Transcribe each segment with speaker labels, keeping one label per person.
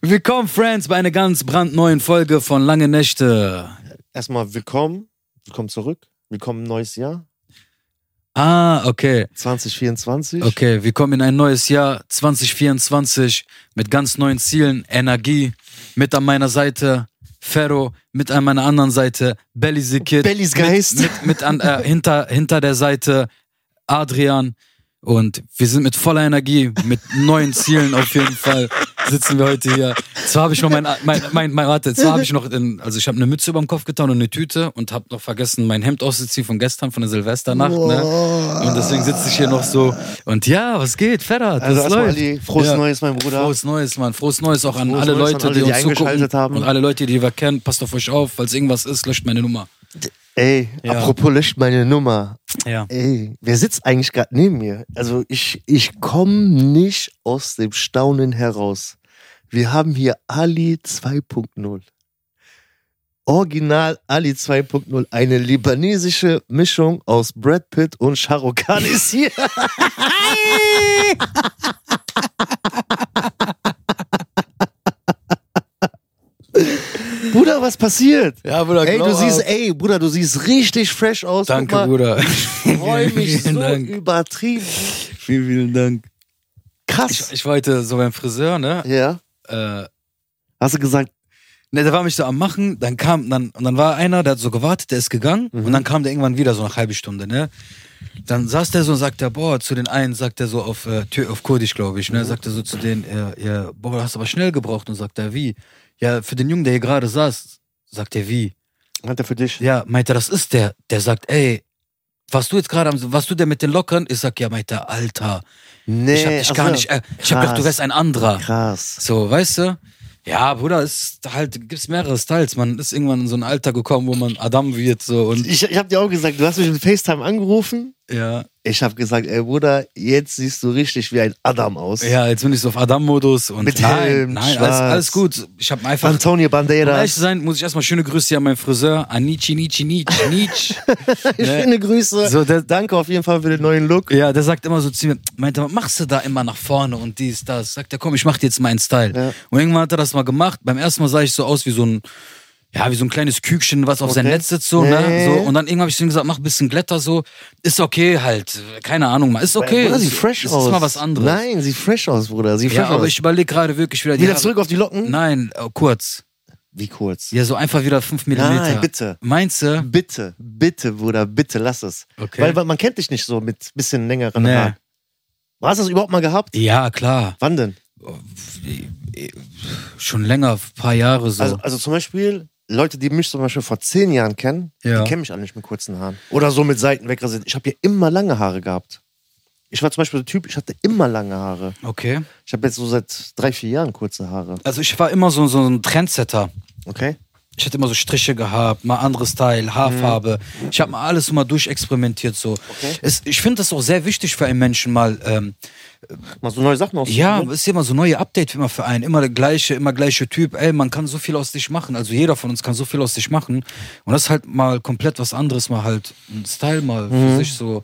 Speaker 1: Willkommen, Friends, bei einer ganz brandneuen Folge von Lange Nächte.
Speaker 2: Erstmal willkommen, willkommen zurück, willkommen neues Jahr
Speaker 1: Ah, okay.
Speaker 2: 2024.
Speaker 1: Okay, wir kommen in ein neues Jahr 2024 mit ganz neuen Zielen, Energie. Mit an meiner Seite Ferro, mit an meiner anderen Seite Belly the Kid.
Speaker 2: Bellys Geist.
Speaker 1: Mit, mit, mit an, äh, hinter, hinter der Seite Adrian. Und wir sind mit voller Energie, mit neuen Zielen auf jeden Fall sitzen wir heute hier. Zwar habe ich noch mein, mein, mein, mein warte, zwar habe ich noch, in, also ich habe eine Mütze über dem Kopf getan und eine Tüte und habe noch vergessen, mein Hemd auszuziehen von gestern, von der Silvesternacht. Ne? Und deswegen sitze ich hier noch so. Und ja, was geht, Ferrat?
Speaker 2: Also
Speaker 1: das
Speaker 2: erstmal
Speaker 1: läuft.
Speaker 2: Ali, frohes
Speaker 1: Ja.
Speaker 2: Neues, mein Bruder.
Speaker 1: Frohes Neues, Mann. Frohes Neues auch an
Speaker 2: Frohes
Speaker 1: alle
Speaker 2: Neues
Speaker 1: Leute,
Speaker 2: an alle,
Speaker 1: die,
Speaker 2: die
Speaker 1: uns
Speaker 2: eingeschaltet
Speaker 1: zugucken
Speaker 2: haben.
Speaker 1: und alle Leute, die wir kennen. Passt auf euch auf, falls irgendwas ist, löscht meine Nummer.
Speaker 2: Ey,
Speaker 1: Ja.
Speaker 2: apropos löscht meine Nummer.
Speaker 1: Ja.
Speaker 2: Ey, wer sitzt eigentlich gerade neben mir? Also ich, ich komme nicht aus dem Staunen heraus. Wir haben hier Ali 2.0. Original Ali 2.0, eine libanesische Mischung aus Brad Pitt und Shahrukh Khan ist hier. Bruder, was passiert?
Speaker 1: Ja, Bruder,
Speaker 2: Ey, du siehst, ey, Bruder, du siehst richtig fresh aus. Guck
Speaker 1: Danke,
Speaker 2: mal,
Speaker 1: Bruder.
Speaker 2: Ich freue mich
Speaker 1: Vielen
Speaker 2: so
Speaker 1: Dank.
Speaker 2: übertrieben.
Speaker 1: Vielen, vielen Dank. Ich,
Speaker 2: Krass.
Speaker 1: ich war heute so beim Friseur, ne?
Speaker 2: ja.
Speaker 1: Äh,
Speaker 2: Hast du gesagt,
Speaker 1: Ne, der war mich so am Machen, dann kam, dann, und dann war einer, der hat so gewartet, der ist gegangen,
Speaker 2: Mhm.
Speaker 1: und dann kam der irgendwann wieder, so nach halbe Stunde, ne? Dann saß der so und sagt der, boah, zu den einen sagt er so auf, äh, Tür, auf Kurdisch, glaube ich,
Speaker 2: Mhm.
Speaker 1: ne? Sagt er so zu denen, äh, ja, boah, du hast aber schnell gebraucht, und sagt er, wie? Ja, für den Jungen, der hier gerade saß, sagt er, wie?
Speaker 2: hat er für dich?
Speaker 1: Ja, meint er, das ist der. Der sagt, ey, was du jetzt gerade am, was du denn mit den Lockern? Ich sag, ja, meint er, Alter,
Speaker 2: Nee,
Speaker 1: ich hab dich
Speaker 2: ach
Speaker 1: gar
Speaker 2: so.
Speaker 1: nicht, äh, ich hab gedacht, du
Speaker 2: Krass.
Speaker 1: wärst ein anderer.
Speaker 2: Krass.
Speaker 1: So, weißt du? Ja, Bruder, ist halt, gibt's mehrere Styles. Man ist irgendwann in so ein Alter gekommen, wo man Adam wird, so und
Speaker 2: Ich, ich hab dir auch gesagt, du hast mich mit FaceTime angerufen.
Speaker 1: ja.
Speaker 2: Ich hab gesagt, ey Bruder, jetzt siehst du richtig wie ein Adam aus.
Speaker 1: Ja, jetzt bin ich so auf Adam-Modus und
Speaker 2: Mit
Speaker 1: nein,
Speaker 2: Helm,
Speaker 1: nein, alles,
Speaker 2: schwarz.
Speaker 1: alles gut. Ich habe einfach.
Speaker 2: Antonio
Speaker 1: Um
Speaker 2: Bandeira.
Speaker 1: ehrlich zu sein, muss ich erstmal schöne Grüße hier an meinen Friseur, an Nietzsche, Nietzsche, Nietzsche, Nietzsche. ne?
Speaker 2: Schöne Grüße.
Speaker 1: So, der-
Speaker 2: Danke auf jeden Fall für den neuen Look.
Speaker 1: Ja, der sagt immer so zu mir, meinte, was machst du da immer nach vorne und dies, das? Sagt er, komm, ich mach dir jetzt meinen Style.
Speaker 2: Ja.
Speaker 1: Und irgendwann hat er das mal gemacht. Beim ersten Mal sah ich so aus wie so ein, ja, wie so ein kleines Küken, was auf seinem
Speaker 2: Okay.
Speaker 1: Netz sitzt, so,
Speaker 2: Nee.
Speaker 1: ne? So, und dann irgendwann habe ich zu ihm gesagt, mach ein bisschen Glätter, so. Ist okay halt. Keine Ahnung mal. Ist okay.
Speaker 2: Bruder,
Speaker 1: ist-
Speaker 2: sieht fresh
Speaker 1: ist,
Speaker 2: aus.
Speaker 1: Ist mal was anderes.
Speaker 2: Nein, sieht fresh aus, Bruder. Sieht
Speaker 1: ja,
Speaker 2: fresh
Speaker 1: aber
Speaker 2: aus.
Speaker 1: ich überlege gerade wirklich wieder die
Speaker 2: Wieder
Speaker 1: Haare-
Speaker 2: zurück auf die Locken?
Speaker 1: Nein, äh, kurz.
Speaker 2: Wie kurz?
Speaker 1: Ja, so einfach wieder fünf Millimeter.
Speaker 2: Nein, bitte.
Speaker 1: Meinst du?
Speaker 2: Bitte, bitte, Bruder, bitte lass es.
Speaker 1: Okay.
Speaker 2: Weil, weil man kennt dich nicht so mit bisschen längeren
Speaker 1: Nee.
Speaker 2: Haaren. Hast du das überhaupt mal gehabt?
Speaker 1: Ja, klar.
Speaker 2: Wann denn?
Speaker 1: Schon länger, paar Jahre so.
Speaker 2: Also, also zum Beispiel, Leute, die mich zum Beispiel vor zehn Jahren kennen,
Speaker 1: Ja.
Speaker 2: die kennen mich alle nicht mit kurzen Haaren. Oder so mit Seiten wegrasiert. Ich habe ja immer lange Haare gehabt. Ich war zum Beispiel der Typ, ich hatte immer lange Haare.
Speaker 1: okay.
Speaker 2: Ich habe jetzt so seit drei, vier Jahren kurze Haare.
Speaker 1: Also ich war immer so, so ein Trendsetter.
Speaker 2: Okay?
Speaker 1: Ich hatte immer so Striche gehabt, mal anderes Style, Haarfarbe.
Speaker 2: Mhm.
Speaker 1: Ich habe mal alles so mal durchexperimentiert. So. Es, ich finde das auch sehr wichtig für einen Menschen mal. Ähm,
Speaker 2: Mal so neue Sachen aus.
Speaker 1: ja, ist immer so neue Update immer für einen. Immer der gleiche, immer gleiche Typ. Ey, man kann so viel aus dich machen. Also jeder von uns kann so viel aus dich machen. Und das ist halt mal komplett was anderes, mal halt ein Style mal
Speaker 2: Mhm.
Speaker 1: für sich so.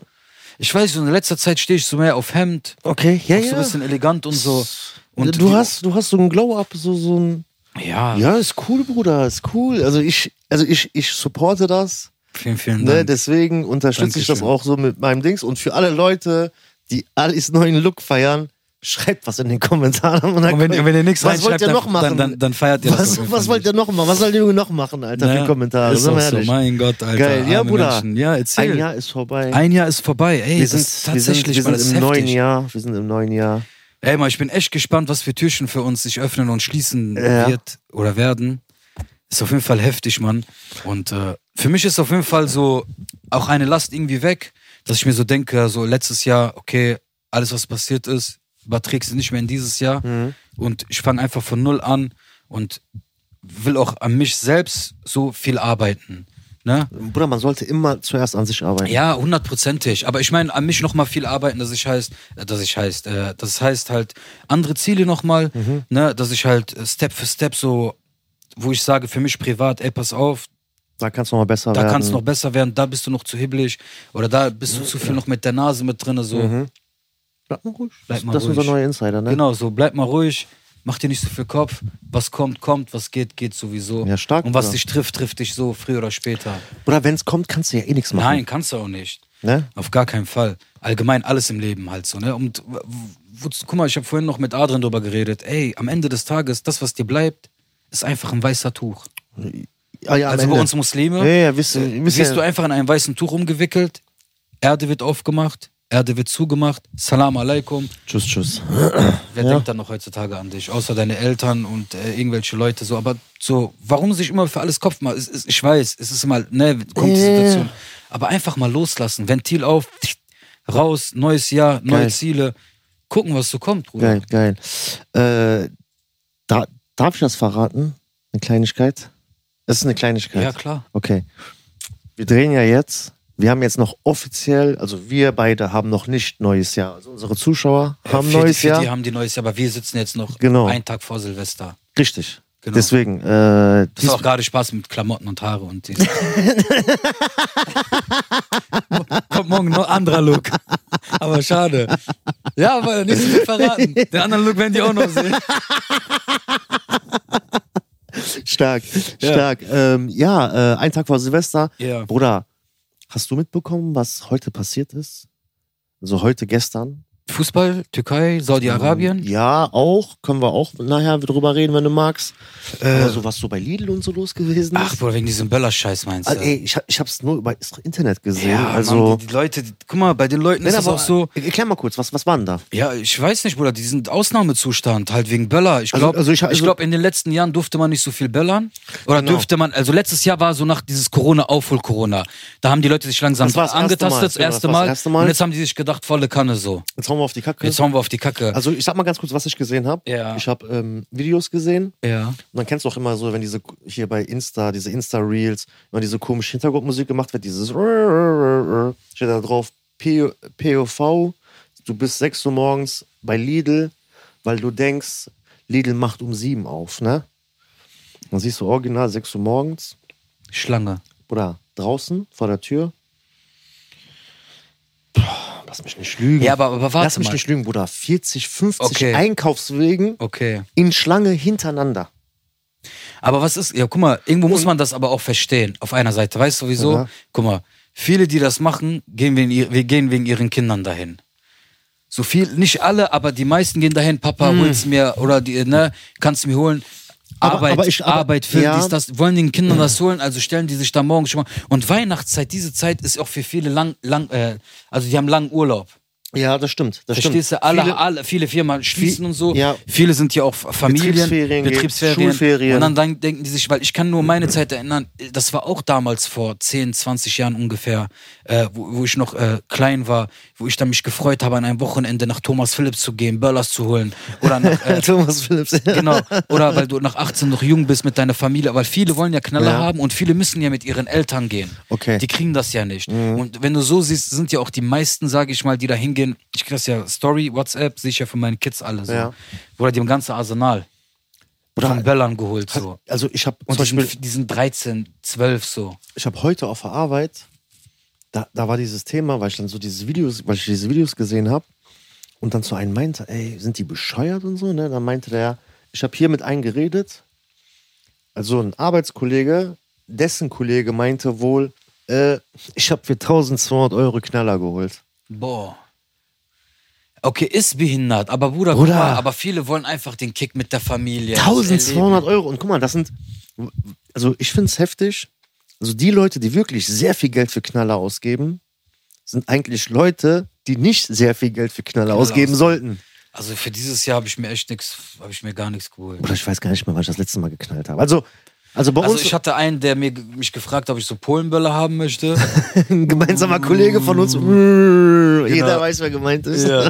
Speaker 1: Ich weiß, so in letzter Zeit stehe ich so mehr auf Hemd.
Speaker 2: Okay, ja,
Speaker 1: auch so ein
Speaker 2: ja.
Speaker 1: bisschen elegant und so. Und
Speaker 2: du,
Speaker 1: die-
Speaker 2: hast, du hast so ein Glow-Up, so, so ein.
Speaker 1: Ja,
Speaker 2: Ja, ist cool, Bruder, ist cool. Also ich, also ich, ich supporte das.
Speaker 1: vielen, vielen
Speaker 2: Ne?
Speaker 1: Dank.
Speaker 2: Deswegen unterstütze ich das
Speaker 1: Dankeschön.
Speaker 2: auch so mit meinem Dings. Und für alle Leute, die Alis neuen Look feiern, schreibt was in den Kommentaren. Und, dann
Speaker 1: Und wenn,
Speaker 2: kommt-
Speaker 1: wenn ihr nichts
Speaker 2: was wollt
Speaker 1: reinschreibt,
Speaker 2: ihr
Speaker 1: dann,
Speaker 2: noch machen?
Speaker 1: dann, dann, dann feiert ihr das.
Speaker 2: was,
Speaker 1: auf jeden
Speaker 2: was
Speaker 1: Fall
Speaker 2: wollt ihr noch machen? Was soll der Junge noch machen, Alter?
Speaker 1: Naja,
Speaker 2: für Kommentare.
Speaker 1: Ne? Ist
Speaker 2: Sind
Speaker 1: auch
Speaker 2: wir
Speaker 1: so,
Speaker 2: ehrlich?
Speaker 1: mein Gott, Alter.
Speaker 2: Geil. Ja,
Speaker 1: arme
Speaker 2: Bruder.
Speaker 1: Menschen. Ja, erzähl.
Speaker 2: Ein Jahr ist vorbei.
Speaker 1: Ein Jahr ist vorbei. Ey,
Speaker 2: wir
Speaker 1: das
Speaker 2: sind,
Speaker 1: ist tatsächlich
Speaker 2: wir sind,
Speaker 1: mal
Speaker 2: wir
Speaker 1: das
Speaker 2: sind
Speaker 1: ist
Speaker 2: im neuen
Speaker 1: heftig.
Speaker 2: Jahr. Wir sind im neuen Jahr.
Speaker 1: Ey, mal, ich bin echt gespannt, was für Türchen für uns sich öffnen und schließen
Speaker 2: Ja.
Speaker 1: wird oder werden. Ist auf jeden Fall heftig, Mann. Und äh, für mich ist auf jeden Fall so auch eine Last irgendwie weg, dass ich mir so denke, so letztes Jahr, okay, alles was passiert ist, überträgst du nicht mehr in dieses Jahr.
Speaker 2: Mhm.
Speaker 1: Und ich fange einfach von null an und will auch an mich selbst so viel arbeiten. Ne?
Speaker 2: Bruder, man sollte immer zuerst an sich arbeiten.
Speaker 1: Ja, hundertprozentig. Aber ich meine, an mich nochmal viel arbeiten, dass ich heißt, dass ich heißt, äh, das heißt halt andere Ziele nochmal,
Speaker 2: Mhm.
Speaker 1: ne, dass ich halt äh, Step für Step so, wo ich sage, für mich privat, ey, pass auf,
Speaker 2: Da kannst du noch mal besser
Speaker 1: da
Speaker 2: werden.
Speaker 1: kannst du noch besser werden, da bist du noch zu hibbelig oder da bist du zu viel noch mit der Nase mit drin, so.
Speaker 2: Bleib mal ruhig.
Speaker 1: Bleib mal
Speaker 2: Mhm. das ist unser
Speaker 1: ruhig.
Speaker 2: neuer Insider, ne?
Speaker 1: Genau, so, bleib mal ruhig, mach dir nicht so viel Kopf. Was kommt, kommt. Was geht, geht sowieso.
Speaker 2: Ja, stark,
Speaker 1: Und was
Speaker 2: Bruder.
Speaker 1: dich trifft, trifft dich so, früher oder später.
Speaker 2: Oder wenn es kommt, kannst du ja eh nichts machen.
Speaker 1: Nein, kannst du auch nicht.
Speaker 2: Ne?
Speaker 1: Auf gar keinen Fall. Allgemein alles im Leben halt so, ne? Und w- w- guck mal, ich habe vorhin noch mit Adrian drüber geredet. Ey, am Ende des Tages, das, was dir bleibt, ist einfach ein weißer Tuch.
Speaker 2: Ah, ja, am
Speaker 1: Also bei
Speaker 2: Ende.
Speaker 1: uns Muslime,
Speaker 2: Ja, ja, wisst ihr- wisst
Speaker 1: wirst
Speaker 2: ihr-
Speaker 1: du einfach in einem weißen Tuch umgewickelt, Erde wird aufgemacht, Erde wird zugemacht, Salam alaikum.
Speaker 2: Tschüss, tschüss.
Speaker 1: Wer
Speaker 2: Ja.
Speaker 1: denkt dann noch heutzutage an dich? Außer deine Eltern und äh, irgendwelche Leute so. Aber so, warum sich immer für alles Kopf machen? Es, ist- ich weiß, es ist immer, ne, kommt die
Speaker 2: Ja.
Speaker 1: Situation. Aber einfach mal loslassen, Ventil auf, ticht, raus, neues Jahr, neue
Speaker 2: Geil.
Speaker 1: Ziele. Gucken, was so kommt, Bruder.
Speaker 2: Geil, geil. Äh, da, darf ich das verraten? Eine Kleinigkeit? Das ist eine Kleinigkeit.
Speaker 1: Ja, klar.
Speaker 2: Okay. Wir drehen ja jetzt. Wir haben jetzt noch offiziell, also wir beide haben noch nicht neues Jahr. Also unsere Zuschauer haben
Speaker 1: für, die-
Speaker 2: neues
Speaker 1: für
Speaker 2: Jahr.
Speaker 1: Die haben die neues Jahr, aber wir sitzen jetzt noch
Speaker 2: Genau.
Speaker 1: einen Tag vor Silvester.
Speaker 2: Richtig.
Speaker 1: Genau.
Speaker 2: Deswegen. Äh,
Speaker 1: Das
Speaker 2: dies-
Speaker 1: ist auch gerade Spaß mit Klamotten und Haare und die. Kommt morgen noch anderer Look. Aber schade. Ja, aber nicht so viel verraten. Den anderen Look werden die auch noch sehen.
Speaker 2: stark,
Speaker 1: Ja.
Speaker 2: stark. Ähm, ja, äh, ein Tag vor Silvester.
Speaker 1: Ja.
Speaker 2: Bruder, hast du mitbekommen, was heute passiert ist? Also heute, gestern? Ähm,
Speaker 1: Fußball, Türkei, Saudi-Arabien.
Speaker 2: Ja, auch. Können wir auch nachher drüber reden, wenn du magst. Aber so, was so bei Lidl und so los gewesen ist.
Speaker 1: Äh. Ach, Bruder, wegen diesem Böller-Scheiß meinst
Speaker 2: also,
Speaker 1: du?
Speaker 2: ey, ich, hab- ich hab's nur über das Internet gesehen.
Speaker 1: Ja,
Speaker 2: also.
Speaker 1: Mann, die, die Leute, die, guck mal, bei den Leuten
Speaker 2: Nein,
Speaker 1: ist das
Speaker 2: aber-
Speaker 1: auch so.
Speaker 2: Erklär mal kurz, was, was war denn da?
Speaker 1: Ja, ich weiß nicht, Bruder, die sind Ausnahmezustand, halt wegen Böller. Ich
Speaker 2: Also-
Speaker 1: glaube,
Speaker 2: also
Speaker 1: ich,
Speaker 2: ich- also-
Speaker 1: glaub, in den letzten Jahren durfte man nicht so viel böllern. Oder
Speaker 2: Genau.
Speaker 1: durfte man, also letztes Jahr war so nach dieses Corona-Aufhol-Corona. Da haben die Leute sich langsam
Speaker 2: Das war das erste
Speaker 1: angetastet,
Speaker 2: Mal.
Speaker 1: das
Speaker 2: Genau, das
Speaker 1: erste
Speaker 2: war das
Speaker 1: Mal.
Speaker 2: erste Mal.
Speaker 1: Und jetzt haben die sich gedacht, volle Kanne so.
Speaker 2: Jetzt hauen wir auf die Kacke.
Speaker 1: Jetzt hauen wir auf die Kacke.
Speaker 2: Also ich sag mal ganz kurz, was ich gesehen habe.
Speaker 1: Ja.
Speaker 2: Ich habe ähm, Videos gesehen
Speaker 1: ja.
Speaker 2: und dann kennst du auch immer so, wenn diese hier bei Insta, diese Insta-Reels, immer diese komische Hintergrundmusik gemacht wird, dieses steht da drauf, P- POV, du bist 6 Uhr morgens bei Lidl, weil du denkst, Lidl macht um 7 auf, ne? Dann siehst du original 6 Uhr morgens
Speaker 1: Schlange.
Speaker 2: oder draußen vor der Tür. Boah, lass mich nicht lügen.
Speaker 1: Ja, aber, aber
Speaker 2: Lass
Speaker 1: warte
Speaker 2: mich
Speaker 1: mal.
Speaker 2: nicht lügen, Bruder. 40, 50
Speaker 1: Okay.
Speaker 2: Einkaufswegen
Speaker 1: Okay.
Speaker 2: in Schlange hintereinander.
Speaker 1: Aber was ist, ja, guck mal, irgendwo muss man das aber auch verstehen, auf einer Seite. Weißt du wieso?
Speaker 2: Mhm. Ja.
Speaker 1: Guck mal, viele, die das machen, gehen wegen, ihr- wir gehen wegen ihren Kindern dahin. So viel, nicht alle, aber die meisten gehen dahin, Papa, hol's mir, oder die, ne, kannst du mir holen.
Speaker 2: Mhm. Aber-
Speaker 1: Arbeit,
Speaker 2: aber ich- aber-
Speaker 1: Arbeit, Film,
Speaker 2: ja. Mhm.
Speaker 1: dies, das, wollen den Kindern das holen, also stellen die sich da morgens schon mal. Und Weihnachtszeit, diese Zeit ist auch für viele lang, lang, äh, also die haben langen Urlaub.
Speaker 2: Ja, das stimmt. Das
Speaker 1: Verstehst
Speaker 2: stimmt.
Speaker 1: du? Alle,
Speaker 2: Viele-
Speaker 1: alle, viele Firmen schließen und so.
Speaker 2: ja.
Speaker 1: Viele sind ja auch Familien,
Speaker 2: Betriebsferien,
Speaker 1: Betriebsferien.
Speaker 2: Schulferien.
Speaker 1: Und dann denk- denken die sich, weil ich kann nur meine Zeit erinnern, das war auch damals vor 10, 20 Jahren ungefähr, äh, wo, wo ich noch äh, klein war, wo ich dann mich gefreut habe, an einem Wochenende nach Thomas Phillips zu gehen, Böllers zu holen oder nach, äh,
Speaker 2: Thomas Phillips.
Speaker 1: Genau. Oder weil du nach 18 noch jung bist mit deiner Familie. Weil viele wollen ja Knaller
Speaker 2: Ja.
Speaker 1: haben und viele müssen ja mit ihren Eltern gehen.
Speaker 2: Okay. Mhm.
Speaker 1: Die kriegen das ja nicht. Und wenn du so siehst, sind ja auch die meisten, sage ich mal, die da hingehen. Ich krieg das ja Story, WhatsApp, sehe ich ja von meinen Kids alle so.
Speaker 2: Ja.
Speaker 1: Oder die haben ganze Arsenal
Speaker 2: Bruder,
Speaker 1: von Böllern geholt so.
Speaker 2: Also ich habe zum
Speaker 1: Und die
Speaker 2: Beispiel,
Speaker 1: sind, die sind 13, 12 so.
Speaker 2: ich habe heute auf der Arbeit, da, da war dieses Thema, weil ich dann so diese Videos, weil ich diese Videos gesehen habe und dann zu einem meinte, ey, sind die bescheuert und so, ne? Dann meinte der, ich habe hier mit einem geredet, also ein Arbeitskollege, dessen Kollege meinte wohl, äh, ich habe für 1200 Euro Knaller geholt.
Speaker 1: Boah. Okay, ist behindert, aber Bruder, guck
Speaker 2: Bruder.
Speaker 1: Mal, aber viele wollen einfach den Kick mit der Familie. das
Speaker 2: 1200 Euro. Und guck mal, das sind, also ich finde es heftig. Also die Leute, die wirklich sehr viel Geld für Knaller ausgeben, sind eigentlich Leute, die nicht sehr viel Geld für Knaller, ausgeben
Speaker 1: ausgeben.
Speaker 2: sollten.
Speaker 1: Also für dieses Jahr habe ich mir echt nichts, habe ich mir gar nichts geholt.
Speaker 2: Oder ich weiß gar nicht mehr, wann ich das letzte Mal geknallt habe. Also, also bei
Speaker 1: Also
Speaker 2: uns
Speaker 1: ich hatte einen, der mir, mich gefragt, ob ich so Polenbölle haben möchte.
Speaker 2: ein
Speaker 1: Mm.
Speaker 2: gemeinsamer Kollege von uns. mm,
Speaker 1: Genau.
Speaker 2: Jeder weiß, wer gemeint ist. Ja.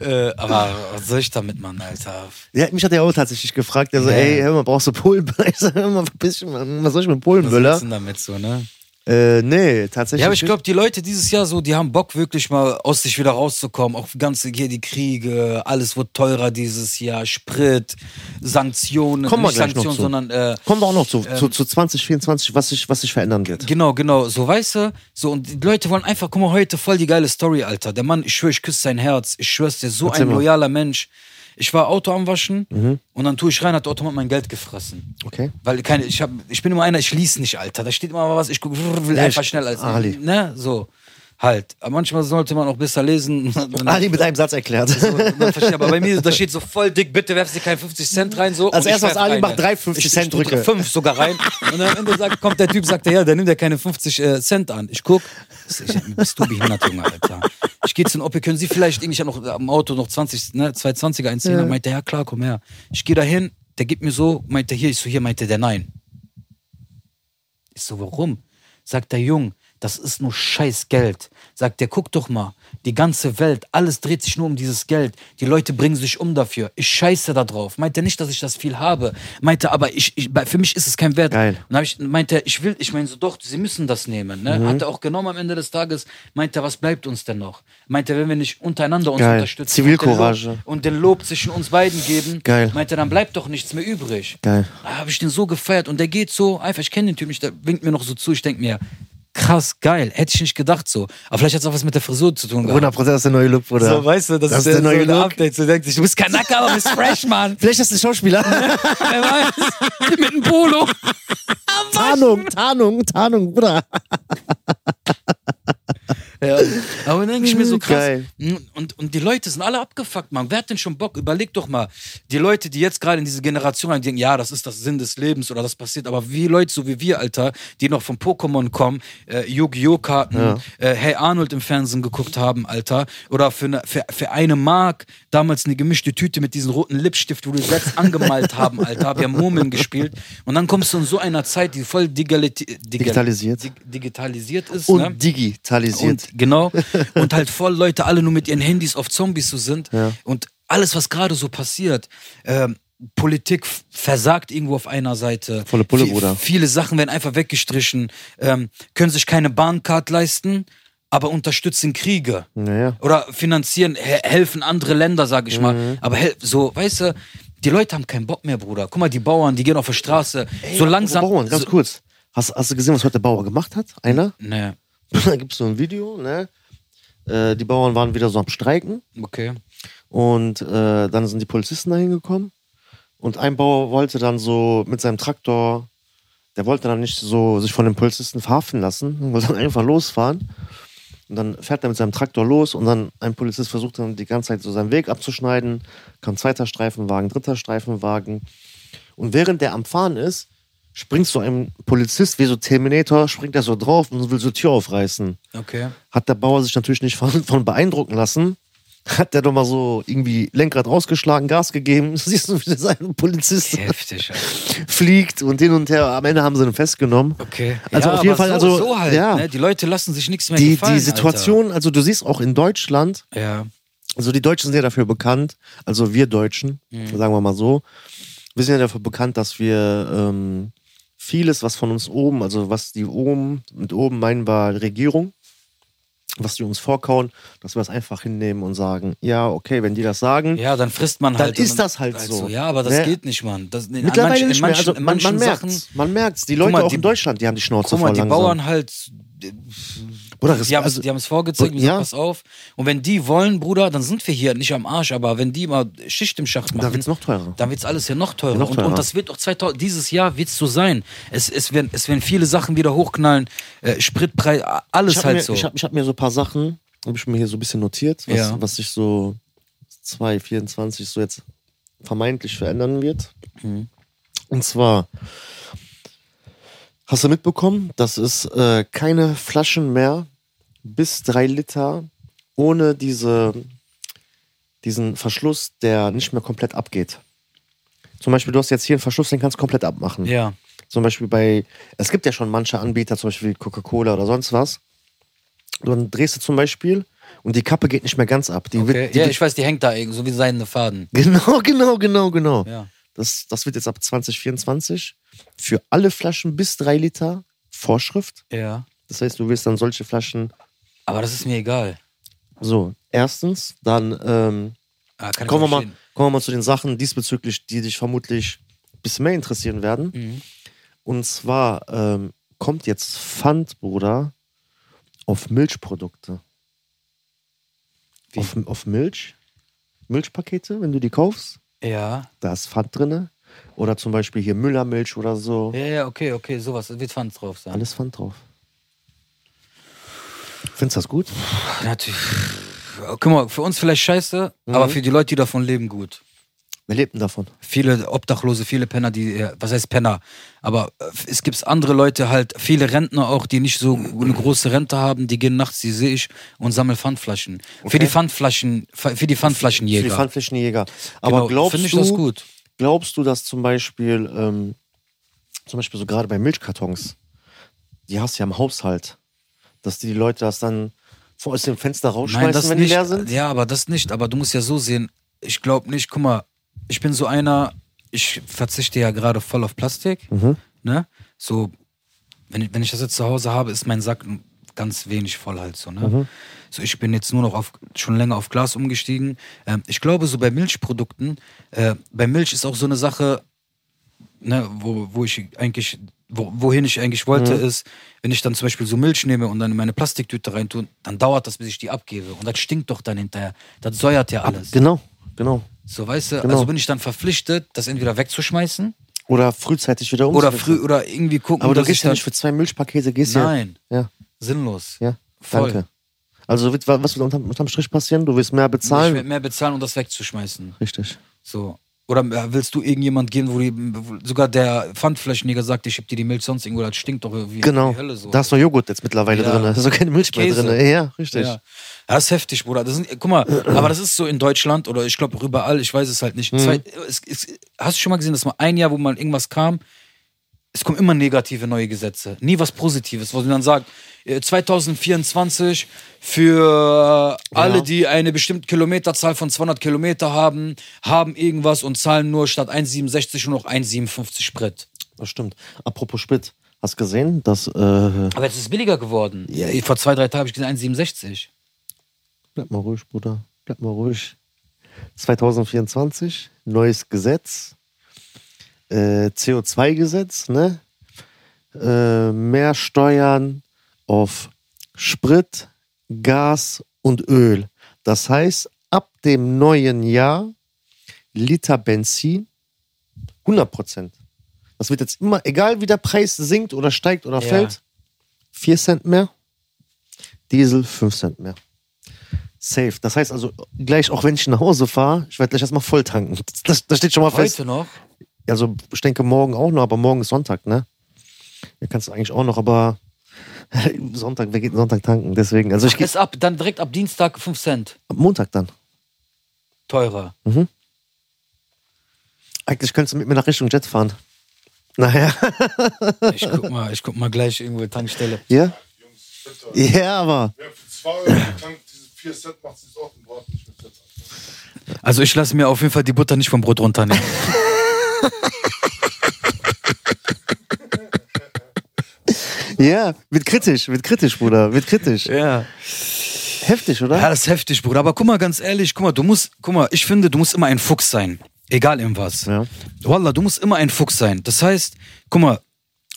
Speaker 1: äh, aber was soll ich damit machen, Alter?
Speaker 2: mich hat er auch tatsächlich gefragt. Er so,
Speaker 1: Ja.
Speaker 2: ey, hör mal, brauchst du Polenböller? Ich sag, hör mal, verpiss dich mal. was soll ich mit
Speaker 1: Was
Speaker 2: Polenböller?
Speaker 1: willst du denn damit so, ne?
Speaker 2: Äh, nee, tatsächlich.
Speaker 1: Ja, aber ich glaube, die Leute dieses Jahr so, die haben Bock wirklich mal aus sich wieder rauszukommen. Auch ganze hier die Kriege, alles wird teurer dieses Jahr, Sprit, Sanktionen,
Speaker 2: Kommen wir
Speaker 1: nicht
Speaker 2: gleich noch
Speaker 1: Sanktionen,
Speaker 2: zu.
Speaker 1: sondern äh,
Speaker 2: Kommt auch noch zu, zu, zu 2024, was sich, was sich verändern wird.
Speaker 1: Genau, genau. So, weißt du? So, und die Leute wollen einfach, guck mal, heute voll die geile Story, Alter. Der Mann, ich schwöre, ich küsse sein Herz. Ich schwör's dir, so
Speaker 2: Erzähl
Speaker 1: ein
Speaker 2: mal.
Speaker 1: loyaler Mensch. Ich war Auto am Waschen
Speaker 2: Mhm.
Speaker 1: und dann tue ich rein, hat der Automat mein Geld gefressen.
Speaker 2: Okay.
Speaker 1: Weil keine, ich, hab, ich bin immer einer, ich lies nicht, Alter. Da steht immer was, ich guck, will
Speaker 2: Ja,
Speaker 1: einfach
Speaker 2: ich- Ah,
Speaker 1: schnell als.
Speaker 2: Ali.
Speaker 1: Ne? So. Halt. Aber manchmal sollte man auch besser lesen.
Speaker 2: Ali mit einem Satz erklärt.
Speaker 1: Und dann verstehe, aber bei mir, da steht so voll dick, bitte werfst dir keinen 50 Cent rein. So,
Speaker 2: Als
Speaker 1: Und ich
Speaker 2: erstes
Speaker 1: werf
Speaker 2: Also Ali
Speaker 1: eine.
Speaker 2: macht drei 50
Speaker 1: Ich-
Speaker 2: Cent
Speaker 1: ich drücke
Speaker 2: Drücke.
Speaker 1: Fünf sogar rein. Und am Ende sagt, kommt der Typ, sagt er, ja, der nimmt ja keine 50 äh, Cent an. Ich guck, ich sag, bist du behindert, Junge, Alter. Ich gehe zu den Opel, können Sie vielleicht, irgendwie- ich habe noch am Auto noch 20, ne, zwei 20er einziehen. Ja. Meint er, ja klar, komm her. Ich gehe dahin, der gibt mir so, meint er hier, ich so hier, meint er, der nein. Ich so, warum? Sagt der Jung, das ist nur scheiß Geld. Sagt der, guck doch mal, die ganze Welt, alles dreht sich nur um dieses Geld. Die Leute bringen sich um dafür. Ich scheiße da drauf. Meint er nicht, dass ich das viel habe. Meint er, aber ich, ich, bei- für mich ist es kein Wert.
Speaker 2: Geil.
Speaker 1: Und dann hab ich, meint er, ich will, ich meine so, doch, sie müssen das nehmen. Ne?
Speaker 2: Mhm.
Speaker 1: Hat er auch genommen am Ende des Tages. Meint er, was bleibt uns denn noch? Meint er, wenn wir nicht untereinander uns
Speaker 2: Geil.
Speaker 1: unterstützen.
Speaker 2: Zivilcourage.
Speaker 1: Und den, Lob, und den Lob zwischen uns beiden geben.
Speaker 2: Geil.
Speaker 1: Meint er, dann bleibt doch nichts mehr übrig.
Speaker 2: Geil.
Speaker 1: Da habe Ah, ich den so gefeiert und der geht so, einfach, ich kenne den Typ nicht, der winkt mir noch so zu. Ich denke mir, krass, geil, hätte ich nicht gedacht so. Aber vielleicht hat es auch was mit der Frisur zu tun gehabt.
Speaker 2: 100% ist der neue Look, Bruder.
Speaker 1: So, weißt du, das, ist der, so ein Update. So denkt sich, du bist kein Nacker, aber bist fresh, Mann.
Speaker 2: Vielleicht ist das ein Schauspieler.
Speaker 1: Wer weiß, mit einem Polo.
Speaker 2: Tarnung, Tarnung, Tarnung, Bruder.
Speaker 1: Ja. Aber dann denke ich mir so krass.
Speaker 2: Hm,
Speaker 1: hm,
Speaker 2: Geil.
Speaker 1: Und, und die Leute sind alle abgefuckt, Mann. Wer hat denn schon Bock? Überleg doch mal. Die Leute, die jetzt gerade in diese Generation rein, die denken, ja, das ist das Sinn des Lebens oder das passiert. Aber wie Leute so wie wir, Alter, die noch von Pokémon kommen, äh, Yu-Gi-Oh! Karten, äh, Hey Arnold im Fernsehen geguckt haben, Alter. Oder für, ne, für, für eine Mark damals eine gemischte Tüte mit diesem roten Lippenstift, wo du selbst angemalt haben, Alter. Wir haben Murmeln gespielt. Und dann kommst du in so einer Zeit, die voll digaliti- digal-
Speaker 2: Digitalisiert.
Speaker 1: dig- digitalisiert ist. ne?
Speaker 2: Und digitalisiert.
Speaker 1: Und, genau. und halt voll Leute alle nur mit ihren Handys auf Zombies so sind. Und alles, was gerade so passiert, ähm, Politik f- versagt irgendwo auf einer Seite.
Speaker 2: Volle Pulle,
Speaker 1: Vi-
Speaker 2: Bruder.
Speaker 1: Viele Sachen werden einfach weggestrichen, ähm, können sich keine Bahncard leisten, aber unterstützen Kriege.
Speaker 2: Naja.
Speaker 1: Oder finanzieren, he helfen andere Länder, sag ich
Speaker 2: Mhm.
Speaker 1: mal. Aber hel- so, weißt du, die Leute haben keinen Bock mehr, Bruder. Guck mal, die Bauern, die gehen auf die Straße. so langsam.
Speaker 2: Bauern, ganz
Speaker 1: so,
Speaker 2: kurz. Hast, hast du gesehen, was heute der Bauer gemacht hat? Einer?
Speaker 1: ne,
Speaker 2: da gibt es so ein Video, ne? Äh, die Bauern waren wieder so am Streiken
Speaker 1: okay.
Speaker 2: und äh, dann sind die Polizisten da hingekommen. Und ein Bauer wollte dann so mit seinem Traktor, der wollte dann nicht so sich von den Polizisten verhaften lassen, und wollte dann einfach losfahren. Und dann fährt er mit seinem Traktor los und dann ein Polizist versucht dann die ganze Zeit so seinen Weg abzuschneiden. Kam zweiter Streifenwagen, dritter Streifenwagen. Und während der am Fahren ist, springt so ein Polizist wie so Terminator, springt er so drauf und will so Tür aufreißen
Speaker 1: Okay.
Speaker 2: hat der Bauer sich natürlich nicht von, von beeindrucken lassen. Hat der doch mal so irgendwie Lenkrad rausgeschlagen, Gas gegeben. Siehst du, wie der seine Polizist
Speaker 1: Heftig, Alter.
Speaker 2: fliegt und hin und her. Am Ende haben sie ihn festgenommen.
Speaker 1: Okay.
Speaker 2: Also auf jeden
Speaker 1: aber
Speaker 2: Fall,
Speaker 1: so,
Speaker 2: also,
Speaker 1: so halt,
Speaker 2: ja.
Speaker 1: ne? Die Leute lassen sich nichts mehr
Speaker 2: Die,
Speaker 1: gefallen.
Speaker 2: die Situation, also du siehst auch in Deutschland,
Speaker 1: Alter. Ja.
Speaker 2: also die Deutschen sind ja dafür bekannt, also wir Deutschen,
Speaker 1: Mhm.
Speaker 2: sagen wir mal so, wir sind ja dafür bekannt, dass wir ähm, vieles, was von uns oben, also was die oben, mit oben meinen wir Regierung, was die uns vorkauen, dass wir das einfach hinnehmen und sagen, ja, okay, wenn die das sagen,
Speaker 1: Ja, dann frisst man
Speaker 2: Dann
Speaker 1: halt.
Speaker 2: ist
Speaker 1: und
Speaker 2: das halt so.
Speaker 1: Ja, aber das
Speaker 2: Ne?
Speaker 1: geht nicht, Mann. Das, in
Speaker 2: Mittlerweile
Speaker 1: manchen,
Speaker 2: nicht
Speaker 1: in
Speaker 2: mehr.
Speaker 1: manchen,
Speaker 2: Also
Speaker 1: in
Speaker 2: man,
Speaker 1: manchen
Speaker 2: man
Speaker 1: Sachen.
Speaker 2: merkt's. Man merkt's. Die Leute
Speaker 1: mal,
Speaker 2: auch
Speaker 1: die-
Speaker 2: in Deutschland, die haben die Schnauze
Speaker 1: Guck mal,
Speaker 2: voll
Speaker 1: die
Speaker 2: langsam.
Speaker 1: Bauern halt. äh,
Speaker 2: Bruder, Res-
Speaker 1: Die haben
Speaker 2: also-
Speaker 1: es vorgezogen, die
Speaker 2: Ja.
Speaker 1: sagen, pass auf. Und wenn die wollen, Bruder, dann sind wir hier nicht am Arsch. Aber wenn die mal Schicht im Schacht machen,
Speaker 2: Da wird's noch teurer.
Speaker 1: Dann wird es alles hier noch teurer.
Speaker 2: noch
Speaker 1: Und,
Speaker 2: teurer.
Speaker 1: und das wird auch 2000, dieses Jahr wird es so sein. Es, es, werden, es werden viele Sachen wieder hochknallen. Äh, Spritpreis, alles
Speaker 2: ich habe
Speaker 1: halt
Speaker 2: mir,
Speaker 1: so.
Speaker 2: ich hab, ich hab mir so ein paar Sachen, habe ich mir hier so ein bisschen notiert, was,
Speaker 1: Ja.
Speaker 2: was sich so 2024 so jetzt vermeintlich verändern wird.
Speaker 1: Mhm.
Speaker 2: Und zwar hast du mitbekommen, dass es äh, keine Flaschen mehr bis drei Liter ohne diese, diesen Verschluss, der nicht mehr komplett abgeht. Zum Beispiel, du hast jetzt hier einen Verschluss, den kannst du komplett abmachen.
Speaker 1: ja.
Speaker 2: Zum Beispiel bei, es gibt ja schon manche Anbieter, zum Beispiel Coca-Cola oder sonst was. Dann drehst du zum Beispiel und die Kappe geht nicht mehr ganz ab. Die
Speaker 1: Okay.
Speaker 2: wird, die
Speaker 1: ja,
Speaker 2: wird,
Speaker 1: ich weiß, die hängt da irgendwie, so wie seidene Faden.
Speaker 2: genau, genau, genau, genau.
Speaker 1: Ja.
Speaker 2: Das, das wird jetzt ab 2024 für alle Flaschen bis 3 Liter Vorschrift.
Speaker 1: Ja.
Speaker 2: Das heißt, du willst dann solche Flaschen
Speaker 1: Aber das ist mir egal.
Speaker 2: so. Erstens, dann ähm,
Speaker 1: Ah, kann ich
Speaker 2: kommen, wir mal,
Speaker 1: verstehen.
Speaker 2: kommen wir mal zu den Sachen diesbezüglich, die dich vermutlich ein bisschen mehr interessieren werden.
Speaker 1: Mhm.
Speaker 2: Und zwar ähm, kommt jetzt Pfand, Bruder, auf Milchprodukte.
Speaker 1: Wie?
Speaker 2: Auf, auf Milch? Milchpakete, wenn du die kaufst.
Speaker 1: Ja.
Speaker 2: Da ist Pfand drin. Oder zum Beispiel hier Müllermilch oder so.
Speaker 1: Ja, ja, okay, okay, sowas. Wird Pfand drauf sein.
Speaker 2: Alles Pfand drauf. Findest du das gut?
Speaker 1: Natürlich. Guck mal, für uns vielleicht scheiße,
Speaker 2: Mhm.
Speaker 1: aber für die Leute, die davon leben, gut.
Speaker 2: Wer lebt denn davon?
Speaker 1: Viele Obdachlose, viele Penner, die, äh, was heißt Penner? Aber äh, es gibt andere Leute, halt, viele Rentner auch, die nicht so eine große Rente haben, die gehen nachts, die sehe ich, und sammeln Pfandflaschen. Für die Pfandflaschen, für die
Speaker 2: Für die
Speaker 1: Pfandflaschenjäger.
Speaker 2: Pfandflächenjäger. Aber
Speaker 1: Genau,
Speaker 2: glaubst
Speaker 1: Finde ich
Speaker 2: du,
Speaker 1: das gut?
Speaker 2: glaubst du, dass zum Beispiel, ähm, zum Beispiel so gerade bei Milchkartons, die hast du ja im Haushalt, dass die Leute das dann vor aus dem Fenster rausschmeißen, wenn die
Speaker 1: nicht.
Speaker 2: leer sind?
Speaker 1: Ja, aber das nicht. Aber du musst ja so sehen, ich glaube nicht, guck mal, ich bin so einer, ich verzichte ja gerade voll auf Plastik.
Speaker 2: Mhm.
Speaker 1: Ne? So, wenn, ich- wenn ich das jetzt zu Hause habe, ist mein Sack ganz wenig voll halt so. Ne?
Speaker 2: Mhm.
Speaker 1: So, ich bin jetzt nur noch auf, schon länger auf Glas umgestiegen. Ähm, ich glaube, so bei Milchprodukten, äh, bei Milch ist auch so eine Sache, ne, wo, wo ich eigentlich, wo, wohin ich eigentlich wollte,
Speaker 2: Mhm.
Speaker 1: ist, wenn ich dann zum Beispiel so Milch nehme und dann in meine Plastiktüte reintue, dann dauert das, bis ich die abgebe. Und das stinkt doch dann hinterher. Das säuert ja alles.
Speaker 2: Genau, genau.
Speaker 1: So, weißt du,
Speaker 2: Genau.
Speaker 1: also bin ich dann verpflichtet, das entweder wegzuschmeißen
Speaker 2: Oder frühzeitig wieder
Speaker 1: oder
Speaker 2: umzusetzen.
Speaker 1: früh oder irgendwie gucken,
Speaker 2: Aber du
Speaker 1: dass ich
Speaker 2: gehst ja
Speaker 1: dann-
Speaker 2: nicht für zwei Milchpakete, gehst
Speaker 1: Nein.
Speaker 2: ja. Ja,
Speaker 1: sinnlos.
Speaker 2: ja.
Speaker 1: Voll.
Speaker 2: Danke. Also wird, was wird unterm, unterm Strich passieren? Du willst mehr
Speaker 1: Ich
Speaker 2: bezahlen?
Speaker 1: werde mehr bezahlen, um das wegzuschmeißen.
Speaker 2: Richtig.
Speaker 1: So. Oder äh, willst du irgendjemand gehen, wo die, wo- sogar der Pfandflaschenjäger sagt, ich schieb dir die Milch sonst irgendwo, das stinkt doch wie
Speaker 2: Genau.
Speaker 1: die Hölle so.
Speaker 2: Da ist noch Joghurt jetzt mittlerweile
Speaker 1: Ja.
Speaker 2: drin. Da ist auch keine Milch mehr
Speaker 1: Käse.
Speaker 2: drin. Ja, richtig.
Speaker 1: Ja. Das ist heftig, Bruder. Das sind, guck mal, aber das ist so in Deutschland oder ich glaube auch überall, ich weiß es halt
Speaker 2: Mhm.
Speaker 1: nicht. Zwei, es, es, hast du schon mal gesehen, dass mal ein Jahr, wo mal irgendwas kam, es kommen immer negative neue Gesetze. Nie was Positives, wo man dann sagt, äh, 2024 für alle, die eine bestimmte Kilometerzahl von 200 Kilometer haben, haben irgendwas und zahlen nur statt 1,67 nur noch 1,57 Sprit.
Speaker 2: Das stimmt. Apropos Sprit. Hast gesehen, dass äh,
Speaker 1: Aber jetzt ist es billiger geworden.
Speaker 2: Ja.
Speaker 1: Vor zwei, drei Tagen habe ich gesehen 1,67.
Speaker 2: Bleib mal ruhig, Bruder. Bleib mal ruhig. 2024, neues Gesetz. Äh, CO2-Gesetz, ne? Äh, mehr Steuern auf Sprit, Gas und Öl. Das heißt, ab dem neuen Jahr Liter Benzin 100 Prozent. Das wird jetzt immer, egal wie der Preis sinkt oder steigt oder
Speaker 1: Ja.
Speaker 2: fällt, 4 Cent mehr. Diesel 5 Cent mehr. Safe. Das heißt also, gleich auch wenn ich nach Hause fahre, ich werde gleich erstmal voll tanken. Das, das steht schon mal fest.
Speaker 1: Heute noch?
Speaker 2: Also, ich denke morgen auch noch, aber morgen ist Sonntag, ne? Ja, kannst du eigentlich auch noch, aber Sonntag, wer geht Sonntag tanken? Deswegen, also ich gehe
Speaker 1: Ist ab, dann direkt ab Dienstag 5 Cent.
Speaker 2: am Montag dann.
Speaker 1: teurer.
Speaker 2: Eigentlich könntest du mit mir nach Richtung Jet fahren. Naja,
Speaker 1: Ich guck mal, ich guck mal gleich irgendwo Tankstelle.
Speaker 2: ja?
Speaker 3: Jungs, bitte.
Speaker 2: Ja, aber.
Speaker 3: Wer für 2 Euro tankt, diese 4 Cent macht es auch und braucht nicht mit Sets an.
Speaker 1: Also ich lasse mir auf jeden Fall die Butter nicht vom Brot runternehmen.
Speaker 2: Ja, wird kritisch, wird kritisch, Bruder, wird kritisch.
Speaker 1: ja.
Speaker 2: Heftig, oder?
Speaker 1: Ja, das ist heftig, Bruder. Aber guck mal, ganz ehrlich, guck mal, du musst, guck mal, ich finde, du musst immer ein Fuchs sein. Egal in was.
Speaker 2: Ja.
Speaker 1: Wallah, du musst immer ein Fuchs sein. Das heißt, guck mal,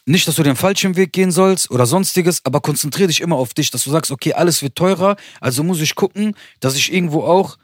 Speaker 1: nicht, dass du den falschen Weg gehen sollst oder sonstiges, aber konzentriere dich immer auf dich, dass du sagst, okay, alles wird teurer, also muss ich gucken, dass ich irgendwo auch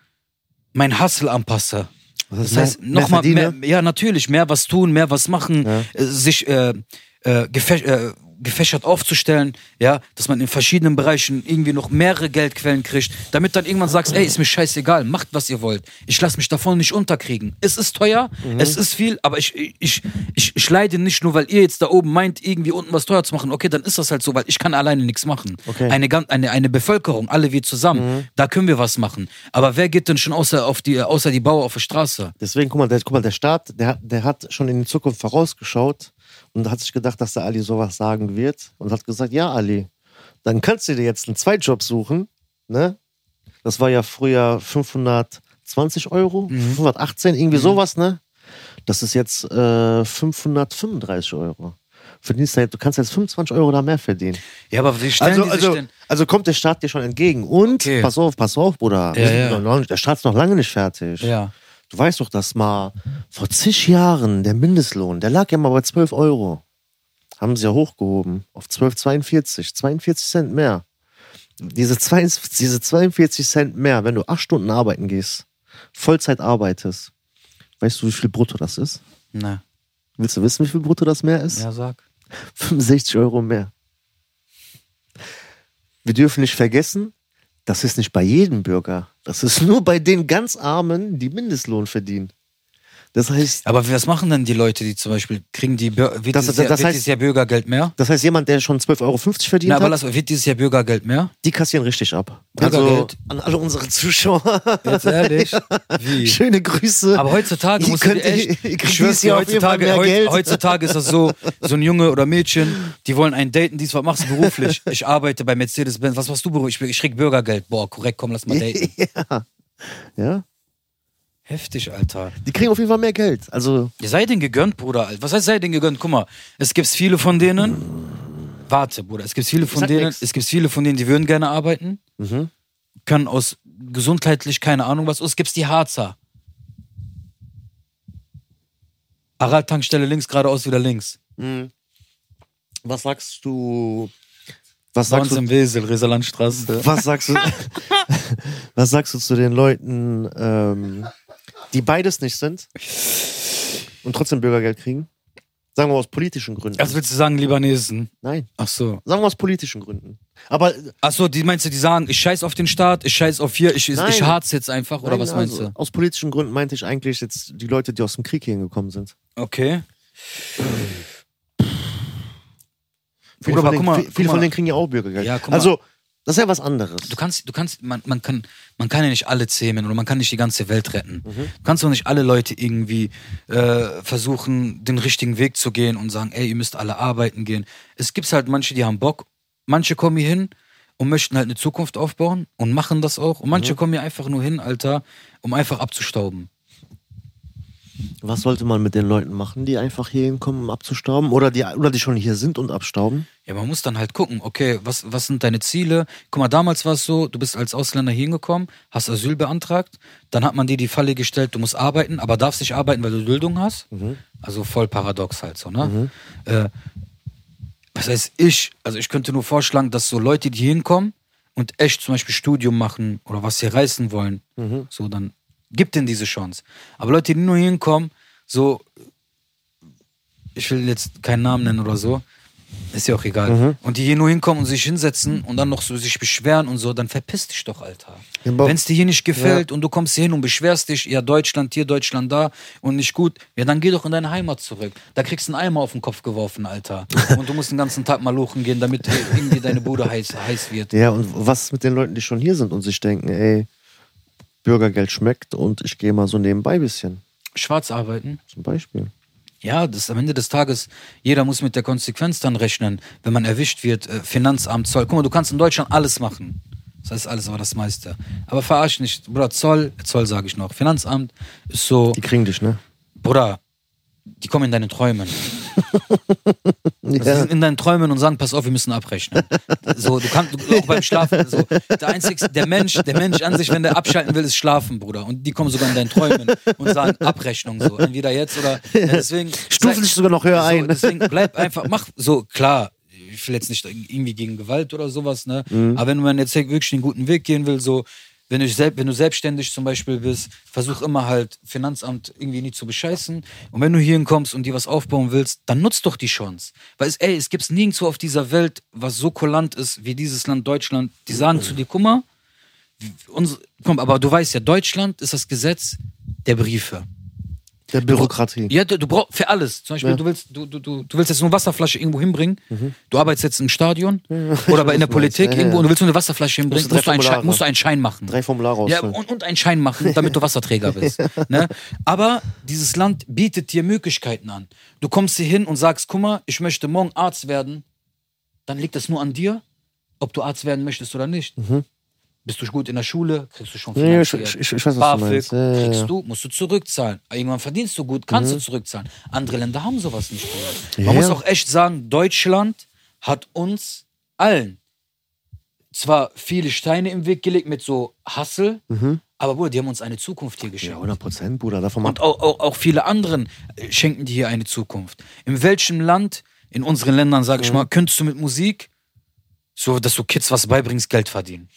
Speaker 1: mein Hustle anpasse. Das heißt, nochmal mehr,
Speaker 2: verdiene.
Speaker 1: ja, natürlich, mehr was tun, mehr was machen,
Speaker 2: Ja.
Speaker 1: äh, sich äh, äh, gefäch äh, gefächert aufzustellen, ja, dass man in verschiedenen Bereichen irgendwie noch mehrere Geldquellen kriegt, damit dann irgendwann sagst, ey, ist mir scheißegal, macht was ihr wollt. Ich lasse mich davon nicht unterkriegen. Es ist teuer,
Speaker 2: Mhm.
Speaker 1: es ist viel, aber ich, ich, ich, ich leide nicht nur, weil ihr jetzt da oben meint, irgendwie unten was teuer zu machen. Okay, dann ist das halt so, weil ich kann alleine nichts machen.
Speaker 2: Okay. Mhm.
Speaker 1: Eine, gan- eine, eine Bevölkerung, alle wir zusammen, da können wir was machen. Aber wer geht denn schon außer, auf die, außer die Bauer auf die Straße?
Speaker 2: Deswegen, guck mal, der, guck mal, der Staat, der, hat- der hat schon in die Zukunft vorausgeschaut und hat sich gedacht, dass der Ali sowas sagen wird und hat gesagt, ja, Ali, dann kannst du dir jetzt einen Zweitjob suchen, ne? Das war ja früher 520 Euro, 518, irgendwie sowas, ne? Das ist jetzt äh, 535 Euro. Verdienst du, du kannst jetzt 25 Euro da mehr verdienen.
Speaker 1: Ja, aber wie stellen
Speaker 2: Also,
Speaker 1: die sich
Speaker 2: also,
Speaker 1: denn?
Speaker 2: also kommt der Staat dir schon entgegen. Und
Speaker 1: Okay.
Speaker 2: pass auf, pass auf, Bruder. Wir
Speaker 1: Ja,
Speaker 2: sind
Speaker 1: ja.
Speaker 2: noch- der Staat ist noch lange nicht fertig.
Speaker 1: Ja.
Speaker 2: Du weißt doch, dass mal vor zig Jahren der Mindestlohn, der lag ja mal bei 12 Euro. Haben sie ja hochgehoben auf 12,42, 42 Cent mehr. Diese, 2 diese 42 Cent mehr, wenn du acht Stunden arbeiten gehst, Vollzeit arbeitest, weißt du, wie viel brutto das ist?
Speaker 1: Na,
Speaker 2: Willst du wissen, wie viel brutto das mehr ist?
Speaker 1: ja, sag.
Speaker 2: 65 Euro mehr. Wir dürfen nicht vergessen, das ist nicht bei jedem Bürger. Das ist nur bei den ganz Armen, die Mindestlohn verdienen. Das heißt,
Speaker 1: Aber was machen denn die Leute, die zum Beispiel, kriegen die, Bür- wird,
Speaker 2: Das-
Speaker 1: dieses,
Speaker 2: das-
Speaker 1: Jahr,
Speaker 2: das
Speaker 1: wird
Speaker 2: heißt-
Speaker 1: dieses Jahr Bürgergeld mehr?
Speaker 2: das heißt jemand, der schon 12,50 Euro verdient
Speaker 1: Na, aber
Speaker 2: hat,
Speaker 1: lass, wird dieses Jahr Bürgergeld mehr?
Speaker 2: die kassieren richtig ab. Also
Speaker 1: Bürgergeld.
Speaker 2: an alle unsere Zuschauer,
Speaker 1: Jetzt ehrlich? Wie?
Speaker 2: schöne Grüße.
Speaker 1: Aber heutzutage
Speaker 2: Ihr
Speaker 1: musst du dir
Speaker 2: könnt- ihr
Speaker 1: echt,
Speaker 2: kriegt
Speaker 1: ich schwör's
Speaker 2: dieses Jahr
Speaker 1: dir,
Speaker 2: auf jeden Fall
Speaker 1: heutzutage,
Speaker 2: mehr
Speaker 1: heut,
Speaker 2: Geld.
Speaker 1: heutzutage ist das so, so ein Junge oder Mädchen, die wollen einen daten, dies, was machst du beruflich? Ich arbeite bei Mercedes-Benz, was machst du beruflich? Ich, bin- ich krieg Bürgergeld. Boah, korrekt, komm, lass mal daten.
Speaker 2: ja,
Speaker 1: Heftig, Alter.
Speaker 2: die kriegen auf jeden Fall mehr Geld. Also
Speaker 1: Ihr seid denen gegönnt, Bruder. Alter. Was heißt, seid denen gegönnt? Guck mal, es gibt viele von denen. Warte, Bruder, es gibt viele von
Speaker 2: sag
Speaker 1: denen,
Speaker 2: nix. Mhm.
Speaker 1: es gibt viele von denen, die würden gerne arbeiten, können aus gesundheitlich keine Ahnung was. Und es gibt die Harzer. Aral-Tankstelle links, geradeaus wieder links.
Speaker 2: was sagst du? Was
Speaker 1: Bei
Speaker 2: sagst
Speaker 1: uns
Speaker 2: du
Speaker 1: im Wesel, Reserlandstraße.
Speaker 2: Was sagst du? was sagst du zu den Leuten, ähm, die beides nicht sind und trotzdem Bürgergeld kriegen? Sagen wir aus politischen Gründen.
Speaker 1: Was willst du sagen, Libanesen?
Speaker 2: Nein,
Speaker 1: Ach so.
Speaker 2: sagen wir aus politischen Gründen. Aber äh,
Speaker 1: Ach so, die meinst du, die sagen, ich scheiß auf den Staat, ich scheiß auf hier, ich, ich
Speaker 2: Nein.
Speaker 1: harz jetzt einfach, oder
Speaker 2: nein,
Speaker 1: was meinst
Speaker 2: also, Aus politischen Gründen meinte ich eigentlich jetzt die Leute, die aus dem Krieg hierhin gekommen sind.
Speaker 1: du? Okay. Bruder,
Speaker 2: Viele, von,
Speaker 1: aber
Speaker 2: denen,
Speaker 1: guck mal,
Speaker 2: vi-
Speaker 1: guck
Speaker 2: viele von
Speaker 1: mal.
Speaker 2: denen kriegen ja auch Bürgergeld.
Speaker 1: Ja, guck mal.
Speaker 2: also, das ist ja was anderes.
Speaker 1: Du kannst, du kannst, man, man kann, man kann ja nicht alle zähmen oder man kann nicht die ganze Welt retten.
Speaker 2: Mhm.
Speaker 1: Du kannst doch nicht alle Leute irgendwie äh, versuchen, den richtigen Weg zu gehen und sagen, ey, ihr müsst alle arbeiten gehen. Es gibt halt manche, die haben Bock, manche kommen hier hin und möchten halt eine Zukunft aufbauen und machen das auch. Und
Speaker 2: Mhm.
Speaker 1: manche kommen hier einfach nur hin, Alter, um einfach abzustauben.
Speaker 2: Was sollte man mit den Leuten machen, die einfach hier hinkommen, um abzustauben? Oder die, oder die schon hier sind und abstauben?
Speaker 1: Ja, man muss dann halt gucken, okay, was, was sind deine Ziele? Guck mal, damals war es so, du bist als Ausländer hier hingekommen, hast Asyl beantragt, dann hat man dir die Falle gestellt, du musst arbeiten, aber darfst nicht arbeiten, weil du Duldung hast. Also voll paradox halt so, ne? Äh, was heißt ich? Also ich könnte nur vorschlagen, dass so Leute, die hier hinkommen und echt zum Beispiel Studium machen oder was hier reißen wollen,
Speaker 2: Mhm.
Speaker 1: so dann gibt denen diese Chance. Aber Leute, die nur hier hinkommen, so ich will jetzt keinen Namen nennen oder so, ist ja auch egal.
Speaker 2: Mhm.
Speaker 1: Und die hier nur hinkommen und sich hinsetzen und dann noch so sich beschweren und so, dann verpiss dich doch, Alter.
Speaker 2: Ja, aber-
Speaker 1: Wenn es dir hier nicht gefällt und du kommst hier hin und beschwerst dich, ja, Deutschland hier, Deutschland da und nicht gut, ja, dann geh doch in deine Heimat zurück. Da kriegst du einen Eimer auf den Kopf geworfen, Alter. Und du musst den ganzen Tag mal lochen gehen, damit irgendwie deine Bude heiß, heiß wird.
Speaker 2: Ja, und was ist mit den Leuten, die schon hier sind und sich denken, ey, Bürgergeld schmeckt und ich gehe mal so nebenbei ein bisschen,
Speaker 1: Schwarz arbeiten.
Speaker 2: zum Beispiel.
Speaker 1: Ja, das am Ende des Tages, jeder muss mit der Konsequenz dann rechnen, wenn man erwischt wird, äh, Finanzamt, Zoll. Guck mal, du kannst in Deutschland alles machen. Das heißt alles, aber das meiste. Aber verarsch nicht, Bruder, Zoll, Zoll sage ich noch, Finanzamt ist so,
Speaker 2: Die kriegen dich, ne?
Speaker 1: Bruder, die kommen in deine Träumen. Also Sie
Speaker 2: Ja.
Speaker 1: sind in deinen Träumen und sagen, pass auf, wir müssen abrechnen. So, du kannst du, auch beim Schlafen. So, der einzige, der Mensch, der Mensch an sich, wenn der abschalten will, ist Schlafen, Bruder. Und die kommen sogar in deinen Träumen und sagen Abrechnung so, entweder jetzt oder ja, deswegen.
Speaker 2: Stufen dich sogar noch höher
Speaker 1: so,
Speaker 2: ein.
Speaker 1: Deswegen bleib einfach, mach so klar. Ich will jetzt nicht irgendwie gegen Gewalt oder sowas, ne?
Speaker 2: Mhm.
Speaker 1: Aber wenn man jetzt wirklich den guten Weg gehen will, so. Wenn du, selb, wenn du selbstständig zum Beispiel bist, versuch immer halt Finanzamt irgendwie nie zu bescheißen. Und wenn du hierhin kommst und dir was aufbauen willst, dann nutzt doch die Chance. Weil es, ey, es gibt nirgendwo auf dieser Welt, was so kulant ist wie dieses Land Deutschland. Die sagen zu dir, guck mal, uns, komm, aber du weißt ja, Deutschland ist das Gesetz der Briefe.
Speaker 2: Der Bürokratie.
Speaker 1: Ja, du, du brauchst für alles. Zum Beispiel, du, willst, du, du, du, du willst jetzt nur eine Wasserflasche irgendwo hinbringen.
Speaker 2: Mhm.
Speaker 1: Du arbeitest jetzt im Stadion oder bei in der
Speaker 2: was du meinst.
Speaker 1: Politik
Speaker 2: Ja,
Speaker 1: irgendwo
Speaker 2: ja.
Speaker 1: und du willst nur eine Wasserflasche hinbringen.
Speaker 2: Musst du
Speaker 1: Musst du,
Speaker 2: drei
Speaker 1: einen Schein,
Speaker 2: Formulare.
Speaker 1: musst du einen Schein machen.
Speaker 2: Drei Formulare
Speaker 1: ja,
Speaker 2: ausfüllen.
Speaker 1: und, und einen Schein machen, damit du Wasserträger bist. ne? Aber dieses Land bietet dir Möglichkeiten an. Du kommst hier hin und sagst, guck mal, ich möchte morgen Arzt werden. Dann liegt es nur an dir, ob du Arzt werden möchtest oder nicht. Bist du gut in der Schule, kriegst du schon
Speaker 2: Ja, ja, Mhm. ich-
Speaker 1: finanziert.
Speaker 2: ich- ich weiß, was du
Speaker 1: BAföG
Speaker 2: meinst. Ja, ja,
Speaker 1: kriegst
Speaker 2: ja. Mhm.
Speaker 1: du, musst du zurückzahlen. Irgendwann verdienst du gut, kannst du zurückzahlen. Andere Länder haben sowas nicht. Bruder. Man
Speaker 2: Ja.
Speaker 1: muss auch echt sagen, Deutschland hat uns allen zwar viele Steine im Weg gelegt mit so Hassel,
Speaker 2: Mhm.
Speaker 1: aber Bruder, die haben uns eine Zukunft hier
Speaker 2: Ja,
Speaker 1: geschenkt.
Speaker 2: 100 Prozent, Bruder. Davon
Speaker 1: Und auch, auch, auch viele anderen äh, schenken dir hier eine Zukunft. In welchem Land, in unseren Mhm. Ländern, sage ich mal, könntest du mit Musik, so dass du Kids was beibringst, Geld verdienen?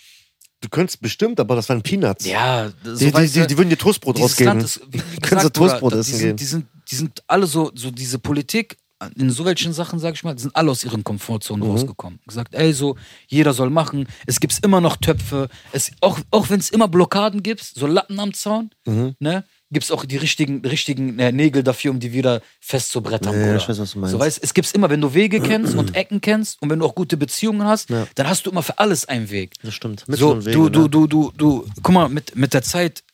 Speaker 2: Du könntest bestimmt, aber das waren Peanuts.
Speaker 1: Ja, so
Speaker 2: die, die,
Speaker 1: weißt du,
Speaker 2: die, die würden dir Toastbrot
Speaker 1: dieses
Speaker 2: rausgeben.
Speaker 1: Land ist, wie gesagt,
Speaker 2: Können sie
Speaker 1: Bruder,
Speaker 2: Toastbrot
Speaker 1: da-
Speaker 2: essen
Speaker 1: die sind,
Speaker 2: gehen.
Speaker 1: Die sind, die sind alle so, so diese Politik, in so welchen Sachen, sag ich mal, die sind alle aus ihren Komfortzonen
Speaker 2: Mhm.
Speaker 1: rausgekommen. Gesagt, ey, so, jeder soll machen, es gibt immer noch Töpfe, es, auch, auch wenn es immer Blockaden gibt, so Latten am Zaun,
Speaker 2: Mhm.
Speaker 1: ne? Gibt es auch die richtigen, richtigen äh, Nägel dafür, um die wieder festzubrettern.
Speaker 2: Ja, ja,
Speaker 1: Bruder.
Speaker 2: ich weiß, was du meinst.
Speaker 1: So, weißt, es gibt immer, wenn du Wege kennst und Ecken kennst und wenn du auch gute Beziehungen hast,
Speaker 2: Ja.
Speaker 1: dann hast du immer für alles einen Weg.
Speaker 2: Das stimmt.
Speaker 1: So,
Speaker 2: Mittel und
Speaker 1: du,
Speaker 2: Wege,
Speaker 1: du,
Speaker 2: ne?
Speaker 1: du, du, du, guck mal, mit, mit der Zeit